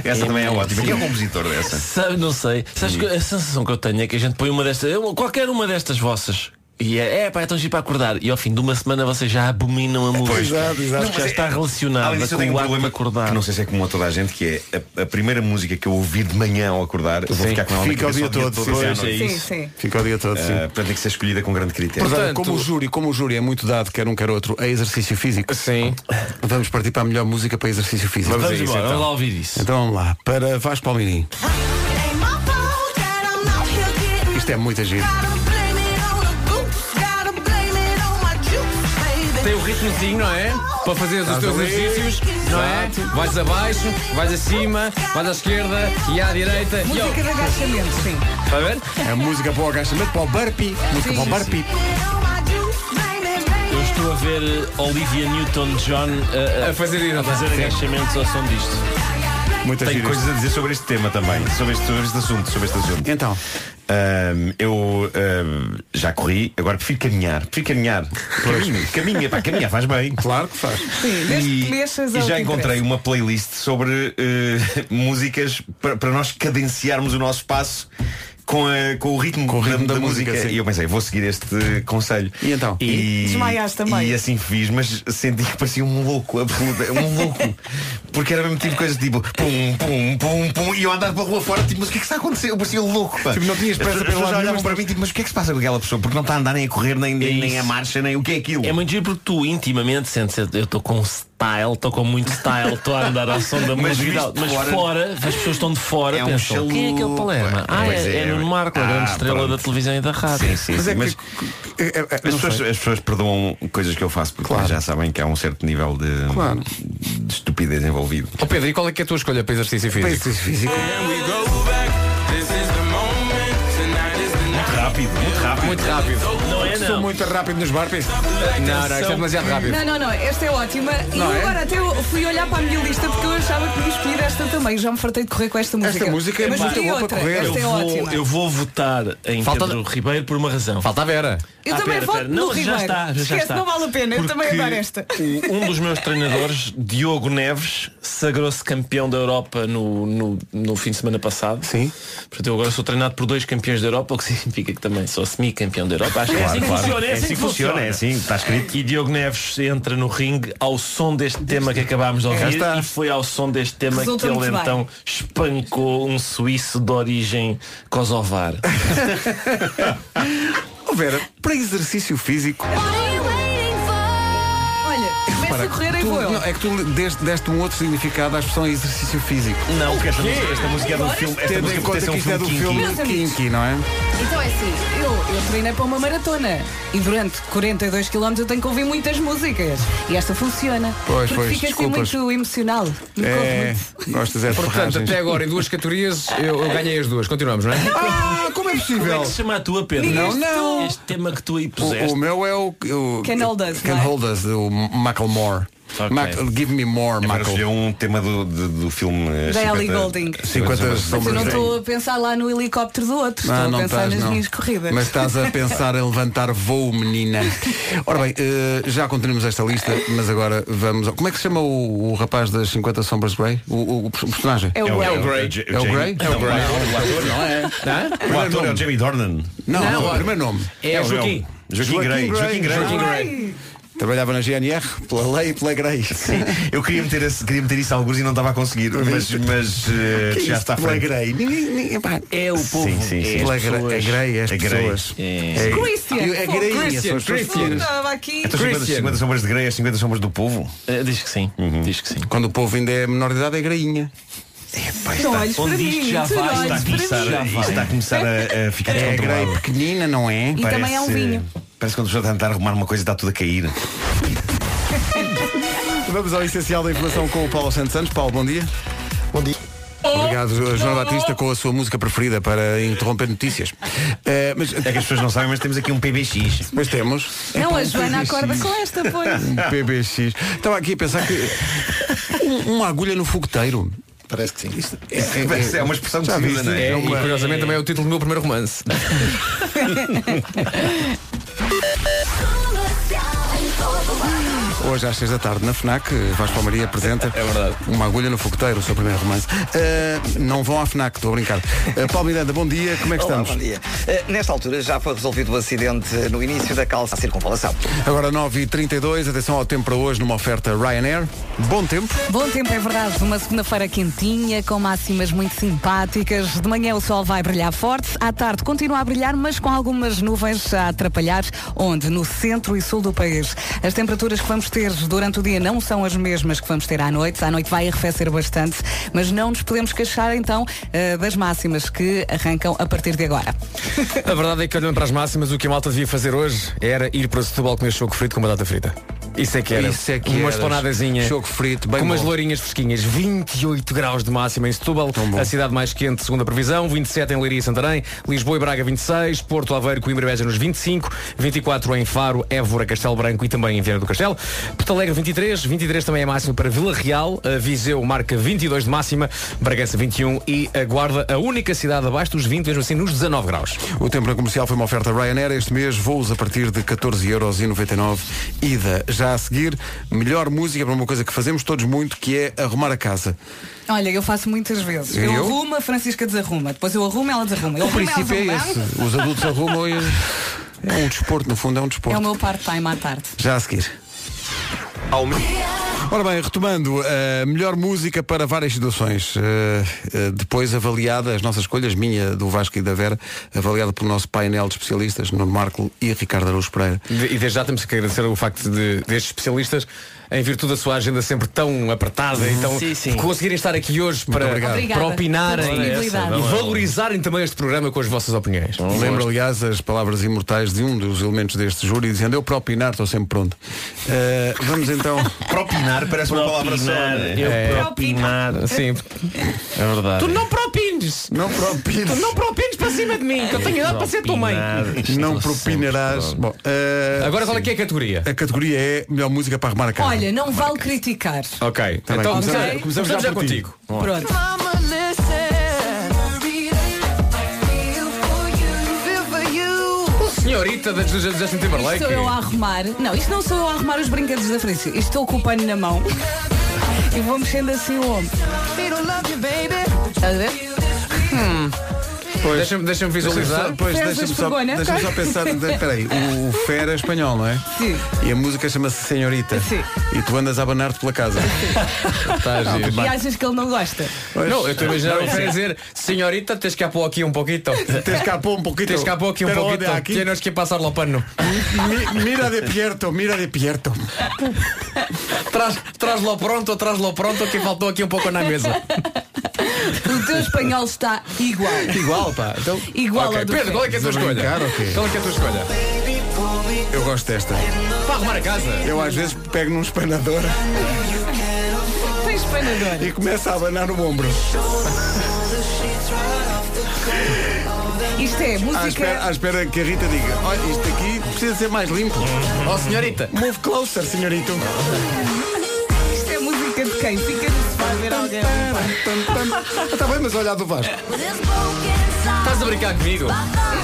Speaker 11: Essa também é ótima.
Speaker 14: sim.
Speaker 11: Quem é o compositor dessa?
Speaker 14: Sabe, não sei. Sabes que a sensação que eu tenho é que a gente põe uma destas, eu- qualquer uma destas vossas. E é, é pá, é tão giro para acordar. E ao fim de uma semana vocês já abominam a música. é-
Speaker 11: Exato, exato.
Speaker 14: Porque já está relacionada
Speaker 11: Além disso, eu
Speaker 14: com
Speaker 11: tenho
Speaker 14: o
Speaker 11: um
Speaker 14: ato de
Speaker 11: problema
Speaker 14: acordar.
Speaker 11: que não sei se é comum a toda a gente, que é a, a primeira música que eu ouvir de manhã ao acordar, eu vou
Speaker 1: Sim.
Speaker 11: ficar com ela na
Speaker 1: Fica o
Speaker 11: cabeça
Speaker 1: dia todo, sim,
Speaker 11: até um à
Speaker 1: sim,
Speaker 11: noite.
Speaker 1: é Sim, isso.
Speaker 3: sim.
Speaker 1: Fica o dia todo, sim.
Speaker 11: Ah, portanto, tem que ser escolhida com grande critério.
Speaker 1: Portanto, como o júri, como o júri é muito dado, quer um quer outro, a exercício físico.
Speaker 4: Sim.
Speaker 1: Vamos partir para a melhor música para exercício físico.
Speaker 14: Vamos,
Speaker 1: a isso,
Speaker 14: embora,
Speaker 1: então.
Speaker 14: vamos lá ouvir isso.
Speaker 1: Então vamos lá, para Vasco Palmeirinho. Isto é muito giro.
Speaker 4: Tem o ritmozinho, não é? Para fazer os
Speaker 13: Estás
Speaker 4: teus
Speaker 13: ali.
Speaker 4: exercícios, não é? Vais abaixo, vais acima, vais à esquerda e à direita. E ao-
Speaker 3: Música de agachamento, sim.
Speaker 4: Está a ver?
Speaker 1: É música para o agachamento, para o burpee. Música
Speaker 14: Sim,
Speaker 1: para o
Speaker 14: sim,
Speaker 1: burpee.
Speaker 14: Eu estou a ver eh, Olivia Newton-John a,
Speaker 4: fazer,
Speaker 11: é?
Speaker 14: a fazer agachamentos ao som disto.
Speaker 11: Muitas Tenho coisas a dizer sobre este tema também, sobre este, sobre este assunto, sobre este assunto.
Speaker 1: Então.
Speaker 11: eu ahm, já corri, agora prefiro caminhar. Prefiro caminhar. Caminho, caminha, pá, caminhar faz bem.
Speaker 1: Claro que faz.
Speaker 3: Sim, desde que mexas
Speaker 11: e
Speaker 3: ao
Speaker 11: já
Speaker 3: que
Speaker 11: encontrei
Speaker 3: interessa.
Speaker 11: uma playlist sobre eh, [LAUGHS] músicas para para nós cadenciarmos o nosso passo com, a- com o ritmo, da, da música. e eu pensei, vou seguir este conselho. E
Speaker 1: então?
Speaker 11: E,
Speaker 3: Desmaiaste também.
Speaker 11: E assim fiz, mas senti que parecia um louco, absoluta, um louco. Porque era mesmo tipo coisas tipo pum, pum, pum, pum, e eu andava pela rua fora, tipo, mas o que é que está a acontecer? Eu parecia um louco. Pá.
Speaker 1: Tipo, não tinhas pressa
Speaker 11: As
Speaker 1: pelo
Speaker 11: pessoas
Speaker 1: lado
Speaker 11: já olhavam
Speaker 1: nenhum,
Speaker 11: para mim, tipo, mas o que é que se passa com aquela pessoa? Porque não está a andar nem a correr, nem, nem, nem a marcha, nem o que é aquilo.
Speaker 14: É muito giro porque tu intimamente sentes, eu estou com style, estou com muito style, estou a andar ao som
Speaker 11: [LAUGHS]
Speaker 14: da
Speaker 11: Mas
Speaker 14: música e
Speaker 11: visto
Speaker 14: tal.
Speaker 11: de
Speaker 14: Mas
Speaker 11: fora-
Speaker 14: fora, as pessoas estão de fora,
Speaker 11: É um
Speaker 14: pensam, quem é aquele
Speaker 11: chalupa."
Speaker 14: Palerma? Ah,
Speaker 11: Pois
Speaker 14: é,
Speaker 11: é,
Speaker 14: é Nuno Marco, a grande
Speaker 11: Ah,
Speaker 14: estrela
Speaker 11: pronto.
Speaker 14: da televisão e da rádio. é
Speaker 11: Sim, sim, sim, mas- eh, As pessoas, as pessoas perdoam coisas que eu faço porque já sabem que há um certo nível de, de estupidez envolvido.
Speaker 4: Ó Pedro, e qual é que é a tua escolha para exercício físico? Para
Speaker 1: exercício físico.
Speaker 11: Muito rápido, muito rápido.
Speaker 4: Muito rápido.
Speaker 14: Não é
Speaker 1: Sou muito rápido nos burpees.
Speaker 4: Não, não, isto é demasiado rápido.
Speaker 3: Não, não, não, esta é ótima. E
Speaker 1: Não
Speaker 3: eu
Speaker 1: é?
Speaker 3: agora até eu fui olhar para a minha lista porque eu achava que tinha escolhido esta também. Já me fartei de correr com esta música. é
Speaker 1: é
Speaker 3: Mas escolhi outra. Esta é
Speaker 14: eu, vou,
Speaker 3: ótima.
Speaker 14: eu vou votar em
Speaker 4: Falta-
Speaker 14: Pedro Ribeiro por uma razão. Ah,
Speaker 4: Falta a Vera.
Speaker 3: Eu também
Speaker 14: pera,
Speaker 3: voto
Speaker 14: pera.
Speaker 3: no
Speaker 14: não, já
Speaker 3: Ribeiro.
Speaker 14: está, já
Speaker 3: Esquece,
Speaker 14: está.
Speaker 3: não vale a pena. Eu também
Speaker 14: Porque
Speaker 3: adoro esta.
Speaker 14: o- Um dos meus treinadores, Diogo Neves, sagrou-se campeão da Europa no, no, no fim de semana passado.
Speaker 1: Sim.
Speaker 14: Portanto, eu agora sou treinado por dois campeões da Europa, o que [LAUGHS] significa que também sou semi-campeão da Europa. Acho que é
Speaker 11: Claro,
Speaker 14: assim
Speaker 11: claro.
Speaker 14: que funciona,
Speaker 11: É
Speaker 14: é assim que funciona.
Speaker 11: é assim, está escrito.
Speaker 14: E Diogo Neves entra no ringue ao som deste tema que acabámos de
Speaker 1: Já
Speaker 14: ouvir
Speaker 1: está.
Speaker 14: e foi ao som deste tema
Speaker 1: Resulta
Speaker 14: que
Speaker 1: muito
Speaker 14: ele
Speaker 1: bem.
Speaker 14: então espancou um suíço de origem
Speaker 1: [LAUGHS]
Speaker 14: kosovar.
Speaker 1: Ó Oh, Vera, para exercício físico.
Speaker 3: Olha, começa
Speaker 1: Repara,
Speaker 3: a correr e
Speaker 1: tu-
Speaker 3: vou eu.
Speaker 1: não, é que tu deste, deste um outro significado à expressão exercício físico.
Speaker 14: Não,
Speaker 11: porque esta música- esta música é de um filme- esta
Speaker 1: Tendo em
Speaker 11: música
Speaker 1: conta
Speaker 11: pertence a
Speaker 1: que
Speaker 11: um
Speaker 1: isto é do
Speaker 11: filme
Speaker 1: filme
Speaker 3: kinky.
Speaker 1: Kinky, não é?
Speaker 3: Então é assim, eu, eu treinei para uma maratona e durante 42 km eu tenho que ouvir muitas músicas. E esta funciona.
Speaker 1: Pois,
Speaker 3: porque
Speaker 1: pois,
Speaker 3: fica assim
Speaker 1: desculpas.
Speaker 3: muito emocional. Me
Speaker 1: É, gostas é de
Speaker 4: Portanto,
Speaker 1: ferragens.
Speaker 4: até agora em duas categorias eu, eu ganhei as duas. Continuamos, não é?
Speaker 1: Ah, como é possível.
Speaker 14: Como é que se chama a tua, Pedro?
Speaker 1: Não,
Speaker 14: Este-
Speaker 1: não.
Speaker 14: Este tema que tu aí
Speaker 1: O,
Speaker 14: puseste.
Speaker 1: o meu é o. o
Speaker 3: Can Hold Us,
Speaker 1: Can
Speaker 3: não é?
Speaker 1: Hold Us, o Macklemore. Mac- give me more,
Speaker 11: Agora
Speaker 1: Mackle.
Speaker 11: escolheu um tema do, do, do filme eh,
Speaker 3: Da Ellie
Speaker 11: 50
Speaker 3: Goulding.
Speaker 1: 50
Speaker 3: Mas eu não
Speaker 1: sombras.
Speaker 3: estou a pensar lá no helicóptero do outro,
Speaker 1: Ah,
Speaker 3: estou
Speaker 1: não
Speaker 3: a pensar
Speaker 1: estás,
Speaker 3: nas
Speaker 1: não.
Speaker 3: minhas corridas.
Speaker 1: Mas estás a
Speaker 3: [LAUGHS]
Speaker 1: pensar em levantar voo, menina. Ora bem, eh, já continuamos esta lista, mas agora vamos. ao- Como é que se chama o, o rapaz das 50 Sombras Grey? O, o- o pers- o personagem?
Speaker 11: É o É o Grey. Grey.
Speaker 1: É o Grey?
Speaker 11: É o Grey.
Speaker 1: Não,
Speaker 11: O ator, não é? O ator é o Jamie Dornan.
Speaker 1: Não, não, o primeiro nome.
Speaker 11: É o Joaquim. Joaquim Grey. Joaquim Grey. Joaquim Grey.
Speaker 1: Trabalhava na GNR, pela lei e pela Grey. Sim,
Speaker 11: [LAUGHS] eu queria meter, esse, queria meter isso a alguns e não estava a conseguir, mas, mas eh,
Speaker 1: [LAUGHS] Que isso,
Speaker 11: já está à
Speaker 1: pela
Speaker 11: frente.
Speaker 1: Grey. Ninguém- ninguém- pá.
Speaker 14: É o povo.
Speaker 11: Sim, sim, sim.
Speaker 1: Pela
Speaker 11: As
Speaker 1: Grey-
Speaker 11: pessoas.
Speaker 1: a Grey é as
Speaker 11: A Grey.
Speaker 1: pessoas.
Speaker 11: É.
Speaker 3: Christian,
Speaker 1: É, é
Speaker 3: pô,
Speaker 1: Grey,
Speaker 3: Christian,
Speaker 1: são as pessoas
Speaker 3: Christian.
Speaker 1: finas.
Speaker 3: Estava aqui.
Speaker 11: Então 50, 50 sombras de Grey é 50 sombras do povo?
Speaker 14: Eh,
Speaker 11: Uhum.
Speaker 14: diz que sim. Diz que sim.
Speaker 1: Quando o povo ainda é menor de idade, é greinha.
Speaker 3: Não olhes para mim, tu não
Speaker 11: Está a
Speaker 3: olhes para
Speaker 11: começar,
Speaker 3: mim.
Speaker 11: a, isto está a, começar a, a ficar
Speaker 1: É
Speaker 11: descontrolado.
Speaker 1: Grey pequenina, não é?
Speaker 3: E também é um vinho.
Speaker 11: Parece quando a pessoa está a tentar arrumar uma coisa e está tudo a cair.
Speaker 1: Vamos ao essencial da informação com o Paulo Santos Santos. Paulo, bom dia. Bom dia. Obrigado, João Batista, com a sua música preferida para interromper notícias. Eh, mas... É
Speaker 11: que as pessoas não sabem, mas temos aqui um PBX.
Speaker 1: Mas temos.
Speaker 3: Não,
Speaker 1: Epá,
Speaker 3: a
Speaker 1: um
Speaker 3: Joana
Speaker 1: PBX.
Speaker 3: acorda com esta, pois.
Speaker 1: Um PBX. Estava aqui a pensar que um- uma agulha no fogueteiro. Parece que sim. É,
Speaker 11: é- é uma expressão
Speaker 1: Já
Speaker 11: de
Speaker 1: viste?
Speaker 11: vida, não é?
Speaker 1: É
Speaker 4: É, e
Speaker 1: uma-
Speaker 4: curiosamente também é o título do meu primeiro romance.
Speaker 1: Hoje às seis da tarde na FNAC, Vasco Palmaria apresenta
Speaker 2: É
Speaker 1: Uma Agulha no Fogueteiro, o seu primeiro romance. Eh, não vão à FNAC, estou a brincar. Eh, Paulo Miranda, bom dia, como é que
Speaker 2: Olá,
Speaker 1: estamos?
Speaker 2: bom dia. Eh, nesta altura já foi resolvido o acidente no início da calça à circunvalação.
Speaker 1: Agora 9h32, atenção ao tempo para hoje numa oferta Ryanair. Bom tempo.
Speaker 3: Bom tempo, é verdade. Uma segunda-feira quentinha, com máximas muito simpáticas. De manhã o sol vai brilhar forte. À tarde continua a brilhar, mas com algumas nuvens a atrapalhar, onde? No centro e sul do país. As temperaturas que vamos ter durante o dia não são as mesmas que vamos ter à noite. À noite vai arrefecer bastante, mas não nos podemos queixar, então, eh, das máximas que arrancam a partir de agora.
Speaker 4: A verdade é que olhando para as máximas, o que a malta devia fazer hoje era ir para Setúbal comer choco frito com batata frita. Isso é que era.
Speaker 1: Isso é que
Speaker 4: Uma
Speaker 1: eras.
Speaker 4: esplanadazinha.
Speaker 1: Choco frito, bem
Speaker 4: Com umas
Speaker 1: bom.
Speaker 4: lourinhas fresquinhas. 28 graus de máxima em Setúbal, a cidade mais quente, segundo a previsão. 27 em Leiria e Santarém. Lisboa e Braga, 26. Porto Aveiro, Coimbra e Beja nos 25. 24 em Faro, Évora, Castelo Branco e também em Vieira do Castelo. Porto Alegre, 23. 23 também é máximo para Vila Real. A Viseu marca 22 de máxima. Bragança, 21. E a Guarda, a única cidade abaixo dos 20, mesmo assim, nos 19 graus.
Speaker 1: O tempo na comercial foi uma oferta Ryanair. Este mês voos a partir de 14,99€ ida. Já a seguir, melhor música para uma coisa que fazemos todos muito, que é arrumar a casa.
Speaker 3: Olha, eu faço muitas vezes. Eu,
Speaker 1: Eu?
Speaker 3: arrumo, a Francisca desarruma. Depois eu arrumo, ela desarruma. Eu
Speaker 1: O
Speaker 3: arrumo,
Speaker 1: princípio é
Speaker 3: ela
Speaker 1: esse.
Speaker 3: desarruma.
Speaker 1: Os adultos arrumam e é um desporto, no fundo é um
Speaker 3: É o
Speaker 1: desporto.
Speaker 3: meu part-time à tarde.
Speaker 1: Já a seguir. Ora bem, retomando, a melhor música para várias situações. Eh, eh, depois avaliada, as nossas escolhas, minha, do Vasco e da Vera, avaliada pelo nosso painel de especialistas, Nuno Marco e Ricardo Araújo Pereira.
Speaker 4: De- E desde já temos que agradecer o facto de destes especialistas, em virtude da sua agenda sempre tão apertada e tão
Speaker 14: Sim, sim.
Speaker 4: de conseguirem estar aqui hoje para,
Speaker 1: obrigado. Obrigada.
Speaker 4: para opinarem
Speaker 1: Pela
Speaker 4: e
Speaker 1: disponibilidade.
Speaker 4: valorizarem também este programa com as vossas opiniões.
Speaker 1: Lembro, aliás, as palavras imortais de um dos elementos deste júri, dizendo eu para opinar estou sempre pronto. Eh, vamos então.
Speaker 11: Propinar parece uma palavra só.
Speaker 1: Propinar,
Speaker 4: né?
Speaker 11: não é?
Speaker 1: eu
Speaker 11: É.
Speaker 14: propinar.
Speaker 4: Sim.
Speaker 14: É verdade.
Speaker 4: propines!
Speaker 1: Não propines!
Speaker 4: Tu não propines para cima de mim, que eu tenho idade para ser tua mãe!
Speaker 1: Não propinarás. Bom, eh,
Speaker 4: Agora qual é que é a categoria?
Speaker 1: A categoria é melhor música para arrumar a casa.
Speaker 3: Olha, não vale criticar.
Speaker 4: Ok,
Speaker 1: Tá bem,
Speaker 4: então
Speaker 1: começamos-
Speaker 4: começamos,
Speaker 1: começamos já
Speaker 4: já,
Speaker 1: por ti.
Speaker 4: contigo.
Speaker 3: Pronto.
Speaker 4: O senhorita da Ju- Justin Timberlake.
Speaker 3: Isto sou eu a arrumar. Não, isto não sou eu a arrumar os brinquedos da Francisca. Isto estou com o pano na mão e vou mexendo assim o ombro. Estás a ver? Hum.
Speaker 1: Pois.
Speaker 4: Deixa-me deixa visualizar.
Speaker 1: Deixa-me só- Pois,
Speaker 3: Feras
Speaker 1: deixa-me
Speaker 3: das
Speaker 1: só,
Speaker 3: Furgona,
Speaker 1: deixa-me
Speaker 3: ok?
Speaker 1: só pensar. de- Peraí, o, o Fer é espanhol, não é?
Speaker 3: Sim.
Speaker 1: E a música chama-se Senhorita.
Speaker 3: Sim.
Speaker 1: E tu andas a abanar-te pela casa.
Speaker 4: Tá a giro.
Speaker 3: E achas que ele não gosta?
Speaker 4: Não, eu estou a imaginar o Fer a dizer, senhorita, te escapou aqui um pouquinho. Te
Speaker 1: escapou um pouquinho.
Speaker 4: Te escapou aqui um
Speaker 1: Pero
Speaker 4: pouquinho.
Speaker 1: de aquí.
Speaker 4: Tienes que passar o pano.
Speaker 1: Mi- mira de perto, mira de perto.
Speaker 4: Traz, traz lo pronto, traz lo pronto, que faltou aqui um pouco na mesa.
Speaker 3: O teu espanhol está igual.
Speaker 4: Igual, pá. Então,
Speaker 3: Igual
Speaker 4: Ok,
Speaker 3: ao do
Speaker 4: Pedro, qual é que é a tua
Speaker 1: Estás a
Speaker 4: escolha?
Speaker 1: brincar, ou quê?
Speaker 4: Qual é que é a tua escolha?
Speaker 1: Eu gosto desta.
Speaker 4: Para arrumar a casa.
Speaker 1: Eu às vezes pego num espanador
Speaker 3: Tem espanador.
Speaker 1: e começo a abanar o ombro.
Speaker 3: Isto é
Speaker 1: À espera, à
Speaker 3: música.
Speaker 1: espera que a Rita diga: Olha, isto aqui precisa ser mais limpo. Ó, senhorita. Move closer, senhorito.
Speaker 3: Isto é música de quem? Fica no sofá a ver alguém.
Speaker 1: Está Tá bem, mas olha a do Vasco.
Speaker 4: é?
Speaker 21: Estás a brincar comigo?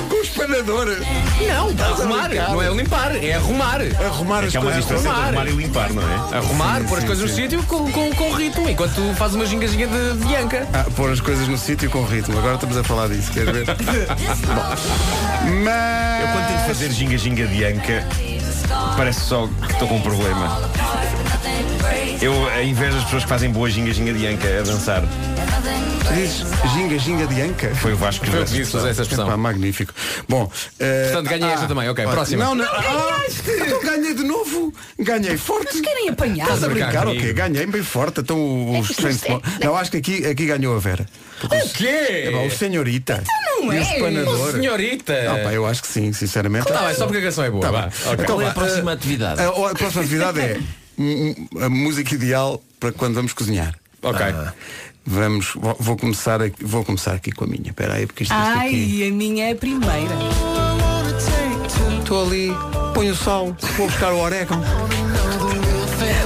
Speaker 1: Com o espanador.
Speaker 21: Não,
Speaker 1: estás a
Speaker 21: arrumar.
Speaker 1: brincar.
Speaker 21: Não é limpar, é arrumar.
Speaker 1: Arrumar
Speaker 11: É que há uma diferença entre arrumar e limpar, não é?
Speaker 21: Arrumar,
Speaker 11: Sim,
Speaker 21: pôr as
Speaker 11: sim,
Speaker 21: coisas
Speaker 11: sim.
Speaker 21: no sítio com, com, com ritmo, enquanto tu fazes uma gingazinha de Bianca.
Speaker 1: Ah, pôr as coisas no sítio com ritmo. Agora estamos a falar disso, queres ver? Bom. Mas.
Speaker 11: Eu quando tento fazer ginga-ginga de anca, parece só que estou com um problema. Eu, ao invés das pessoas que fazem boa ginga-ginga de anca a dançar,
Speaker 1: Dizes ginga, ginga de anca?
Speaker 11: foi o Vasco que
Speaker 1: Foi
Speaker 11: usou
Speaker 1: o que disse,
Speaker 11: essa expressão.
Speaker 1: usou essa expressão. Epá, magnífico. Bom, eh,
Speaker 21: Portanto, ganhei esta também, ok,
Speaker 1: olha,
Speaker 21: próxima.
Speaker 1: Não, não,
Speaker 21: Não
Speaker 3: ganhaste!
Speaker 1: Ah, então ganhei de novo. Ganhei forte.
Speaker 3: Vocês querem apanhar?
Speaker 1: Estás a brincar,
Speaker 21: brincar
Speaker 1: ok? Ganhei bem forte. Então os
Speaker 3: É que
Speaker 1: trem
Speaker 3: isto é-
Speaker 1: Não, acho que aqui, aqui ganhou a Vera.
Speaker 21: O
Speaker 1: É,
Speaker 21: quê?
Speaker 1: pá, o senhorita.
Speaker 4: Então
Speaker 3: não
Speaker 1: E o
Speaker 3: é.
Speaker 1: espanador.
Speaker 21: O Ah, senhorita.
Speaker 1: Não, pá, eu acho que sim, sinceramente.
Speaker 21: Tá bem, só porque a canção é boa,
Speaker 1: Tá
Speaker 21: vá.
Speaker 1: bem.
Speaker 21: Ok.
Speaker 1: Então,
Speaker 14: Qual é
Speaker 1: vá,
Speaker 14: a próxima atividade?
Speaker 1: a, a próxima atividade é hum, hum, a música ideal para quando vamos cozinhar. Ah.
Speaker 21: Ok.
Speaker 1: Vamos, vou, vou começar aqui, vou começar aqui com a minha. Espera aí, porque isto, isto aqui.
Speaker 3: Ai, a minha é a primeira.
Speaker 1: Estou ali, ponho o sal, vou buscar o [LAUGHS] orégano.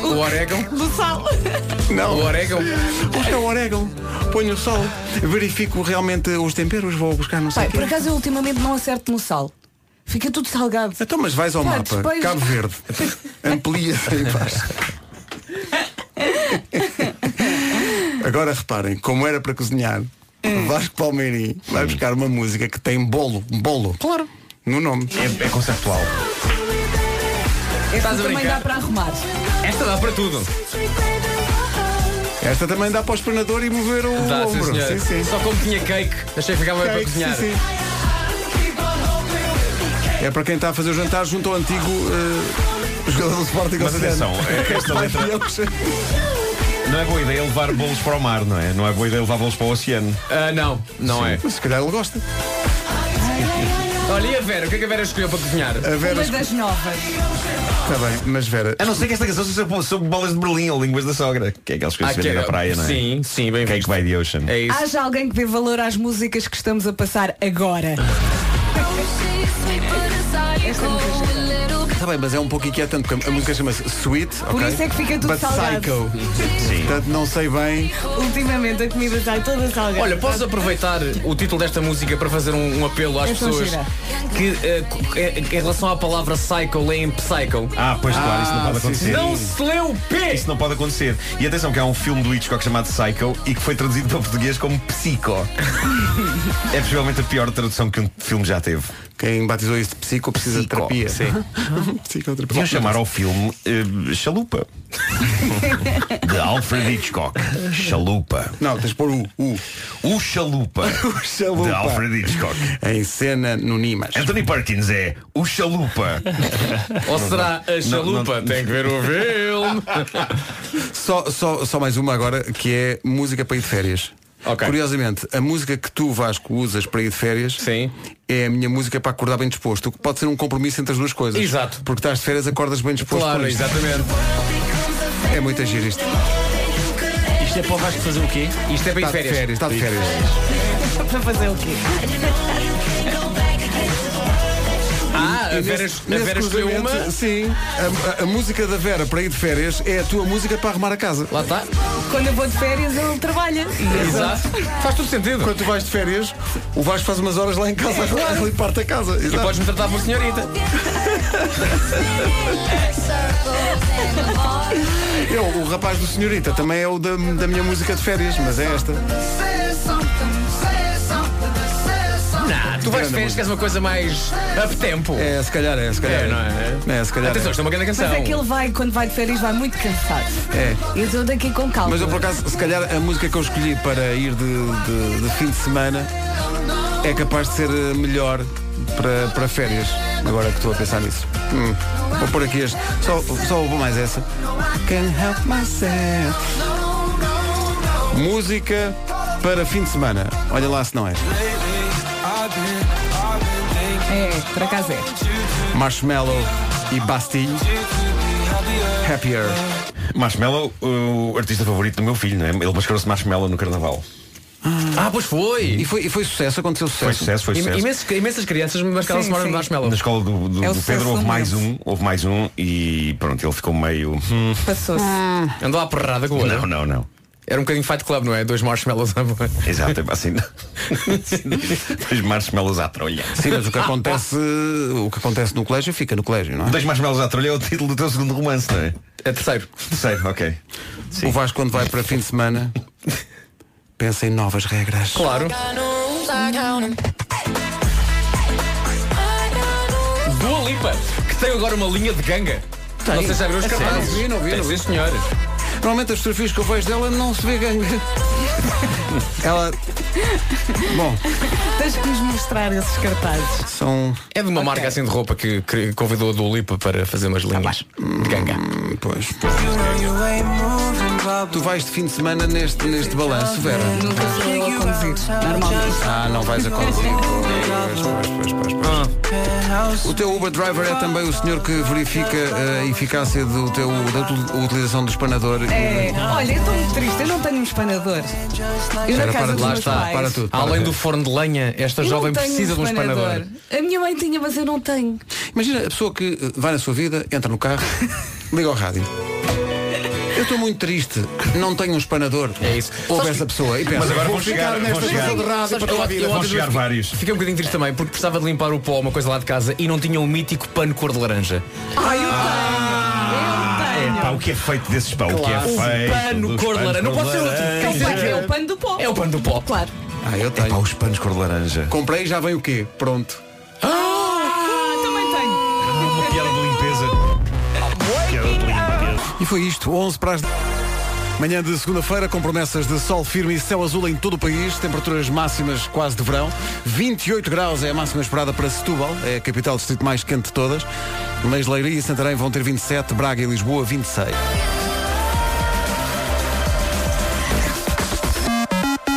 Speaker 21: O orégão.
Speaker 3: Do sal.
Speaker 1: Não.
Speaker 21: O orégão.
Speaker 1: Vou buscar o orégano, ponho o sal, verifico realmente os temperos, vou buscar não sei
Speaker 3: Pai,
Speaker 1: o quê.
Speaker 3: por acaso eu ultimamente não acerto no sal. Fica tudo salgado.
Speaker 1: Então, mas vais ao
Speaker 3: Pá,
Speaker 1: mapa,
Speaker 3: depois-
Speaker 1: Cabo
Speaker 3: [LAUGHS]
Speaker 1: Verde, amplia e faz. Agora reparem, como era para cozinhar, Vasco Palmeirim vai buscar uma música que tem bolo, um bolo. Claro. No nome.
Speaker 11: É, é conceptual.
Speaker 3: Esta
Speaker 21: Estás a
Speaker 3: também dá
Speaker 21: brincar?
Speaker 3: para arrumar.
Speaker 21: Esta dá para tudo.
Speaker 1: Esta também dá para o espanador e mover o
Speaker 21: Dá, sim,
Speaker 1: ombro.
Speaker 21: senhor.
Speaker 1: Sim, sim.
Speaker 21: Só como tinha cake, achei que ficava bem para
Speaker 1: Cake, sim,
Speaker 21: cozinhar.
Speaker 1: sim. É para quem está a fazer o jantar junto ao antigo eh, jogador do Sporting
Speaker 11: Mas
Speaker 1: Oceano.
Speaker 11: atenção, é- esta letra- Não é boa ideia levar bolos para o mar, não é? Não é boa ideia levar bolos para o oceano.
Speaker 21: Ah, não, não é.
Speaker 1: Mas se calhar ele gosta.
Speaker 21: Olha, e a Vera? O que é que a Vera escolheu para cozinhar?
Speaker 1: A Vera
Speaker 3: Uma
Speaker 1: está
Speaker 3: das novas.
Speaker 1: Tá bem, mas Vera,
Speaker 11: A não ser que esta canção seja sobre- sobre bolas de Berlim ou línguas da sogra. Que é aquelas coisas que se
Speaker 21: que
Speaker 11: vendem
Speaker 21: é-
Speaker 11: na praia, não é?
Speaker 21: Sim, sim, bem
Speaker 11: Cake
Speaker 21: visto.
Speaker 11: by the ocean.
Speaker 21: É isso.
Speaker 3: Há já alguém que dê valor às músicas que estamos a passar agora. Esta é muito gira.
Speaker 1: Está bem, mas é um pouco inquietante porque a música chama-se Sweet,
Speaker 3: Por isso é que fica tudo
Speaker 1: But
Speaker 3: salgado.
Speaker 1: Psycho. Portanto, não sei bem.
Speaker 3: Ultimamente a comida está toda salgada.
Speaker 21: Olha, posso aproveitar o título desta música para fazer um, um apelo às
Speaker 3: É tão
Speaker 21: pessoas
Speaker 3: gira.
Speaker 21: que, eh, co- eh, em relação à palavra é psycho, leem psycho.
Speaker 11: Ah, pois claro, isso não pode acontecer.
Speaker 21: Não se lê o P!
Speaker 11: Isso não pode acontecer. E atenção que há um filme do Hitchcock chamado Psycho e que foi traduzido para português como Psico.
Speaker 21: [LAUGHS]
Speaker 11: é possivelmente a pior tradução que um filme já teve.
Speaker 1: Quem batizou isso de psico precisa de
Speaker 11: Psico,
Speaker 5: é
Speaker 1: terapia.
Speaker 11: sim.
Speaker 1: Psicoterapia.
Speaker 11: Deviam chamar ao filme eh,
Speaker 1: [LAUGHS]
Speaker 11: Chalupa. de Alfred Hitchcock.
Speaker 1: [LAUGHS]
Speaker 11: Chalupa.
Speaker 1: Não, tens de pôr o. o. [LAUGHS]
Speaker 11: O Chalupa.
Speaker 1: O Chalupa.
Speaker 11: De Alfred Hitchcock.
Speaker 1: Em cena no Nimas.
Speaker 11: Anthony Perkins é o Chalupa.
Speaker 21: Ou será a chalupa?
Speaker 11: não-
Speaker 21: Tem que ver o filme.
Speaker 1: [LAUGHS] Só, só, só mais uma agora, que é música para ir de férias.
Speaker 21: Ok.
Speaker 1: Curiosamente, a música que tu, Vasco, usas para ir de férias
Speaker 21: Sim.
Speaker 1: é a minha música para acordar bem disposto. O que pode ser um compromisso entre as duas coisas.
Speaker 21: Exato.
Speaker 1: Porque estás de férias, acordas bem disposto.
Speaker 21: claro,
Speaker 1: com isto.
Speaker 21: exatamente.
Speaker 1: É muito agir isto.
Speaker 14: Isto é para o Vasco fazer o quê?
Speaker 21: Isto é bem
Speaker 1: Está de
Speaker 21: férias.
Speaker 1: férias, está de férias.
Speaker 3: Para fazer o quê?
Speaker 21: Ah, a
Speaker 1: E
Speaker 21: Vera,
Speaker 1: nesse-
Speaker 21: a
Speaker 1: nesse
Speaker 21: Vera escolheu uma.
Speaker 1: cruzamento, Sim. A, a- a música da Vera para ir de férias é a tua música para arrumar a casa.
Speaker 21: Lá está.
Speaker 3: Quando eu vou de férias, ele trabalha.
Speaker 21: Exato. Faz todo sentido.
Speaker 1: Quando tu vais de férias, o Vasco faz umas horas lá em casa [LAUGHS] a limpar-te a casa.
Speaker 21: E
Speaker 1: Exato.
Speaker 21: podes-me tratar por senhorita.
Speaker 1: Eu, o rapaz do senhorita também é o da, da minha música de férias, mas é esta.
Speaker 21: Não, tu vais de férias, queres uma coisa mais up-tempo.
Speaker 1: É, se calhar é, se calhar
Speaker 21: É,
Speaker 1: é.
Speaker 21: não é?
Speaker 1: se calhar
Speaker 21: Atenção, isto é uma grande canção.
Speaker 3: Mas é que ele vai, quando vai de férias, vai muito cansado.
Speaker 1: é. É.
Speaker 3: Eu estou daqui com calma.
Speaker 1: Mas eu por acaso, se calhar a música que eu escolhi para ir de, de- de fim de semana é capaz de ser eh, melhor para, para férias, agora que estou a pensar nisso. Hum, Vou pôr aqui este. Só, só vou mais essa. Can help myself. Música para fim de semana. Olha lá se não é.
Speaker 3: É, por acaso é.
Speaker 1: Marshmallow e Bastille. Happier.
Speaker 11: Marshmallow, o artista favorito do meu filho, não é? Ele mascarou-se Marshmallow no carnaval.
Speaker 1: Ah, pois foi. E foi, e foi sucesso, aconteceu sucesso.
Speaker 11: Foi sucesso, foi
Speaker 1: Im-
Speaker 11: sucesso.
Speaker 1: imenso-
Speaker 4: Imensas crianças mascaram-se
Speaker 1: Sim,
Speaker 4: moram
Speaker 1: sim.
Speaker 4: de marshmallow.
Speaker 11: Na escola do, do-
Speaker 4: É o
Speaker 11: do
Speaker 4: sucesso
Speaker 11: Pedro houve
Speaker 4: do
Speaker 11: mais
Speaker 4: momento.
Speaker 11: um, houve mais um e pronto, ele ficou meio. hum.
Speaker 3: Passou-se.
Speaker 4: Andou à porrada com o outro.
Speaker 11: Não, não, não.
Speaker 4: Era um bocadinho Fight Club, não é? Dois marshmallows à boca. [LAUGHS]
Speaker 11: Exato, é assim. Dois marshmallows à trolha.
Speaker 1: Sim, mas o que acontece, o que acontece no colégio fica no colégio, não é?
Speaker 11: Dois marshmallows à trolha é o título do teu segundo romance, não é?
Speaker 4: É terceiro.
Speaker 11: Terceiro, ok.
Speaker 1: O Vasco quando vai para fim de semana pensa em novas regras.
Speaker 4: Claro. Dua Lipa, que tem agora uma linha de ganga.
Speaker 1: Tem.
Speaker 4: Não sei se já viram os
Speaker 1: A sério?
Speaker 4: cartazes.
Speaker 1: Não vi, não vi,
Speaker 4: É Tem,
Speaker 1: não vi.
Speaker 4: Sim, senhor.
Speaker 1: Normalmente as fotografias que eu vejo dela não se vê ganga. Ela. Bom,
Speaker 3: [LAUGHS] Tens que nos mostrar esses cartazes.
Speaker 1: São...
Speaker 4: É de uma marca assim de roupa que cri- convidou a Dua Lipa para fazer umas linhas de ganga.
Speaker 1: Pois. tu vais de fim de semana neste, neste balanço, Vera.
Speaker 3: Nunca sou eu a conduzir. Normalmente.
Speaker 1: Ah, não vais a conduzir. Pois, pois, pois, pois, pois. O teu Uber driver é também o senhor que verifica eh, a eficácia do teu, da util- utilização do espanador.
Speaker 3: É, olha, eu estou muito triste, eu não tenho um espanador. Eu na
Speaker 1: Ah. Espera,
Speaker 3: casa
Speaker 1: para
Speaker 3: dos
Speaker 1: de lá
Speaker 3: meus
Speaker 1: está,
Speaker 3: pais.
Speaker 1: para tudo.
Speaker 4: Além
Speaker 1: Para.
Speaker 4: do forno de lenha, esta
Speaker 3: Eu não
Speaker 4: jovem
Speaker 3: tenho
Speaker 4: precisa de um espanador.
Speaker 3: A minha mãe tinha, mas eu não tenho.
Speaker 1: Imagina a pessoa que eh, vai na sua vida, entra no
Speaker 3: [LAUGHS]
Speaker 1: carro, liga ao rádio. Eu estou muito triste, não tenho um espanador. É isso. Ouve essa pessoa e pensa,
Speaker 11: Mas agora
Speaker 1: vou
Speaker 11: vão
Speaker 1: ficar
Speaker 11: chegar-
Speaker 1: nesta
Speaker 11: vão chegar.
Speaker 1: pessoa de rádio para toda a vida.
Speaker 11: Vão chegar vários.
Speaker 4: Fiquei um bocadinho triste também porque precisava de limpar o pó, uma coisa lá de casa, e não tinha um mítico pano cor de laranja.
Speaker 11: Ah, é, pá, o que é feito desses pá? O que é
Speaker 4: Claro.
Speaker 11: feito?
Speaker 4: Um pano
Speaker 11: dos
Speaker 4: cor de
Speaker 11: panos
Speaker 4: laranja. Não pode ser outro.
Speaker 11: laranja.
Speaker 4: É o pano-
Speaker 3: É o pano do pó.
Speaker 4: É o pano do pó.
Speaker 3: Claro.
Speaker 1: Ah, eu tenho.
Speaker 11: Pá, os panos cor de laranja.
Speaker 1: Comprei e já vem o quê? Pronto.
Speaker 3: Ah, também tenho.
Speaker 11: Uma piada de limpeza. Piada de limpeza.
Speaker 1: E foi isto, 11 para as... Manhã de segunda-feira, com promessas de sol firme e céu azul em todo o país, temperaturas máximas quase de verão. 28 graus é a máxima esperada para Setúbal, é a capital do distrito mais quente de todas. Mas Leiria e Santarém vão ter 27, Braga e Lisboa 26.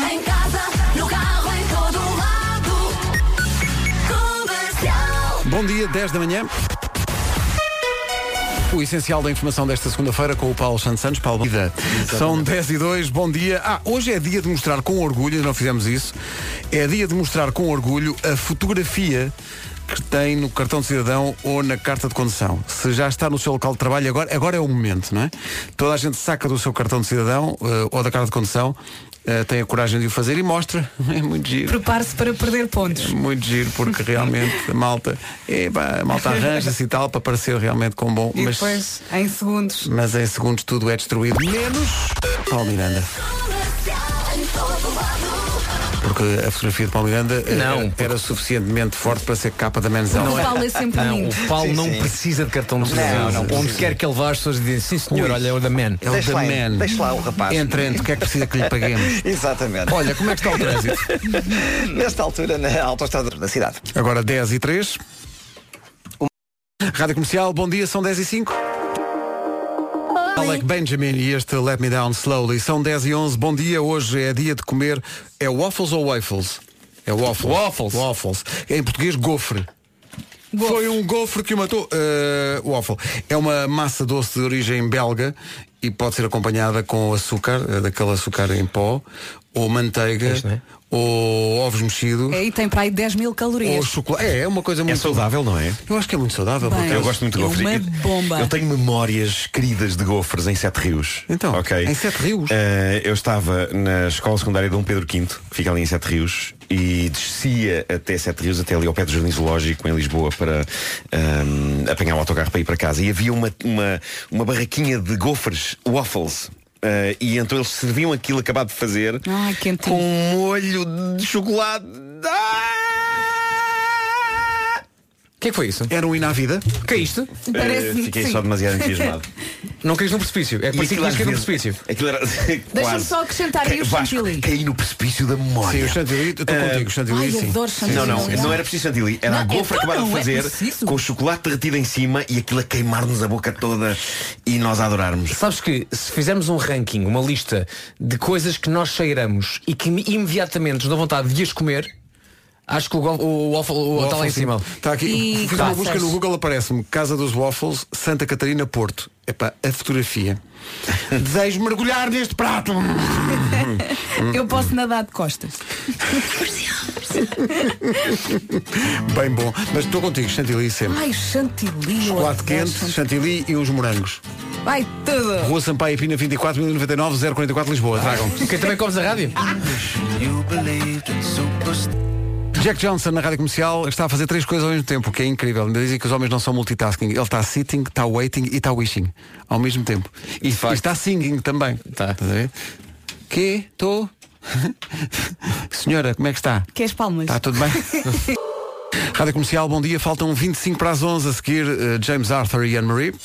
Speaker 5: Em casa, no carro, em todo lado. Comercial.
Speaker 1: Bom dia, 10 da manhã. O essencial da informação desta segunda-feira com o Paulo Santos Santos. Paulo, bom dia. São 10 e 2, bom dia. Ah, hoje é dia de mostrar com orgulho, ainda não fizemos isso, é dia de mostrar com orgulho a fotografia que tem no cartão de cidadão ou na carta de condução. Se já está no seu local de trabalho agora, agora é o momento, não é? Toda a gente saca do seu cartão de cidadão eh, ou da carta de condução, eh, tem a coragem de o fazer e mostra. [LAUGHS] É muito giro.
Speaker 3: Prepare-se para perder pontos.
Speaker 1: Muito giro, porque realmente a malta, é, pá, a malta arranja-se e tal para parecer realmente com bom.
Speaker 3: E
Speaker 1: mas,
Speaker 3: depois, em segundos.
Speaker 1: mas em segundos tudo é destruído. Menos Paulo Miranda. Porque a fotografia de Paulo Miranda eh,
Speaker 4: Não,
Speaker 1: era, era suficientemente forte para ser capa da Menzel.
Speaker 4: Não
Speaker 3: O Paulo é sempre
Speaker 4: Não,
Speaker 3: lindo.
Speaker 4: o Paulo
Speaker 1: Sim,
Speaker 4: não
Speaker 1: sim.
Speaker 4: precisa de cartão de
Speaker 1: Não,
Speaker 4: cidadão.
Speaker 1: não
Speaker 4: Onde
Speaker 1: precisa.
Speaker 4: quer que ele vá, as pessoas dizem, sim senhor, olha, é o da man.
Speaker 1: É o da man. Entra, entra, o que é que precisa que lhe [LAUGHS]
Speaker 2: [LAUGHS]
Speaker 1: paguemos?
Speaker 2: Exatamente.
Speaker 1: Olha, como é que está o trânsito?
Speaker 2: [LAUGHS] Nesta altura, na autoestrada da cidade.
Speaker 1: Agora 10 e 3. Rádio Comercial, bom dia, são 10 e 5. Alec Benjamin e este Let Me Down Slowly. São 10 e 11, bom dia. Hoje é dia de comer. É waffles ou waffles? É waffles. Waffles. Waffles. Em português, gofre. Foi um gofre que o matou. Uh, waffle. É uma massa doce de origem belga e pode ser acompanhada com açúcar, eh, daquele açúcar em pó, ou manteiga, ou ovos mexidos.
Speaker 3: Aí tem para aí 10 mil
Speaker 1: Ou
Speaker 3: calorias.
Speaker 1: chocolate. É, é uma coisa muito. saudável,
Speaker 11: não é?
Speaker 1: Eu acho que é muito saudável.
Speaker 3: Bem,
Speaker 1: porque
Speaker 11: Eu gosto muito de
Speaker 3: é
Speaker 11: gofres.
Speaker 3: uma
Speaker 11: Eu-
Speaker 3: bomba.
Speaker 11: Eu tenho memórias queridas de gofres em Sete Rios. Então,
Speaker 1: em Sete Rios?
Speaker 11: eu estava na escola secundária de Dom Pedro V, que fica ali em Sete Rios, e descia até Sete Rios, até ali ao pé do Jardim Zoológico, em Lisboa, para ahm, apanhar o autocarro para ir para casa. E havia uma, uma, uma barraquinha de gofres, waffles. Ah, e então eles serviam aquilo acabado de fazer
Speaker 3: Ai, quentinho.
Speaker 11: com um molho de chocolate. Ah!
Speaker 4: O que é que foi isso?
Speaker 1: Era um Inavida.
Speaker 4: O que é isto?
Speaker 11: Eh, fiquei
Speaker 1: [LAUGHS]
Speaker 11: só demasiado
Speaker 3: [LAUGHS]
Speaker 11: entusiasmado.
Speaker 4: Não caís no precipício. É que
Speaker 11: E
Speaker 4: parecia que
Speaker 11: aquilo às
Speaker 4: tinhas caído no
Speaker 11: vezes-
Speaker 4: precipício.
Speaker 11: Aquilo era
Speaker 3: Deixa-me
Speaker 11: quase.
Speaker 3: só acrescentar aí o
Speaker 11: Vasco,
Speaker 3: chantilly.
Speaker 11: caí no precipício da memória.
Speaker 1: Sim, o chantilly, eu estou
Speaker 11: Eh,
Speaker 1: contigo, o chantilly,
Speaker 3: Ai, eu sim. adoro chantilly.
Speaker 11: Não, não,
Speaker 3: Sim, sim.
Speaker 11: não era preciso chantilly. Era a
Speaker 3: Não,
Speaker 11: gofra
Speaker 3: então
Speaker 11: acabada de
Speaker 3: não é
Speaker 11: fazer
Speaker 3: preciso.
Speaker 11: com o chocolate derretido em cima e aquilo a queimar-nos a boca toda e nós a adorarmos.
Speaker 4: Sabes que se fizermos um ranking, uma lista de coisas que nós cheiramos e que im- imediatamente nos dá vontade de as comer, Acho que o, gol- o waffle o, está tá lá em cima.
Speaker 1: Está Tá aqui. Fiz uma busca no Google, aparece-me Casa dos Waffles, Santa Catarina, Porto. Epá, a fotografia. Desejo mergulhar neste prato.
Speaker 3: Eu posso nadar de
Speaker 1: [LAUGHS]
Speaker 3: costas.
Speaker 1: Bem bom. Mas estou contigo, chantilly sempre.
Speaker 3: Ai, chantilly. eu
Speaker 1: Chocolate
Speaker 3: adoro
Speaker 1: quente,
Speaker 3: chantilly.
Speaker 1: chantilly e uns morangos.
Speaker 3: Vai tudo.
Speaker 1: Rua Sampaio Pina 24, 1099, 044 Lisboa. Tragam.
Speaker 4: Quem também comes a rádio?
Speaker 3: Ah.
Speaker 1: Jack Johnson na rádio comercial está a fazer três coisas ao mesmo tempo, o que é incrível. Ainda dizem que os homens não são multitasking. Ele está sitting, está waiting e está wishing ao mesmo tempo. E, e está singing também. Tá. Que estou. [LAUGHS] Senhora, como é que está?
Speaker 3: Queres palmas?
Speaker 1: Está Tá tudo bem?
Speaker 3: [LAUGHS]
Speaker 1: rádio comercial, bom dia. Faltam 25 para as 11 a seguir eh, James Arthur e Anne Marie.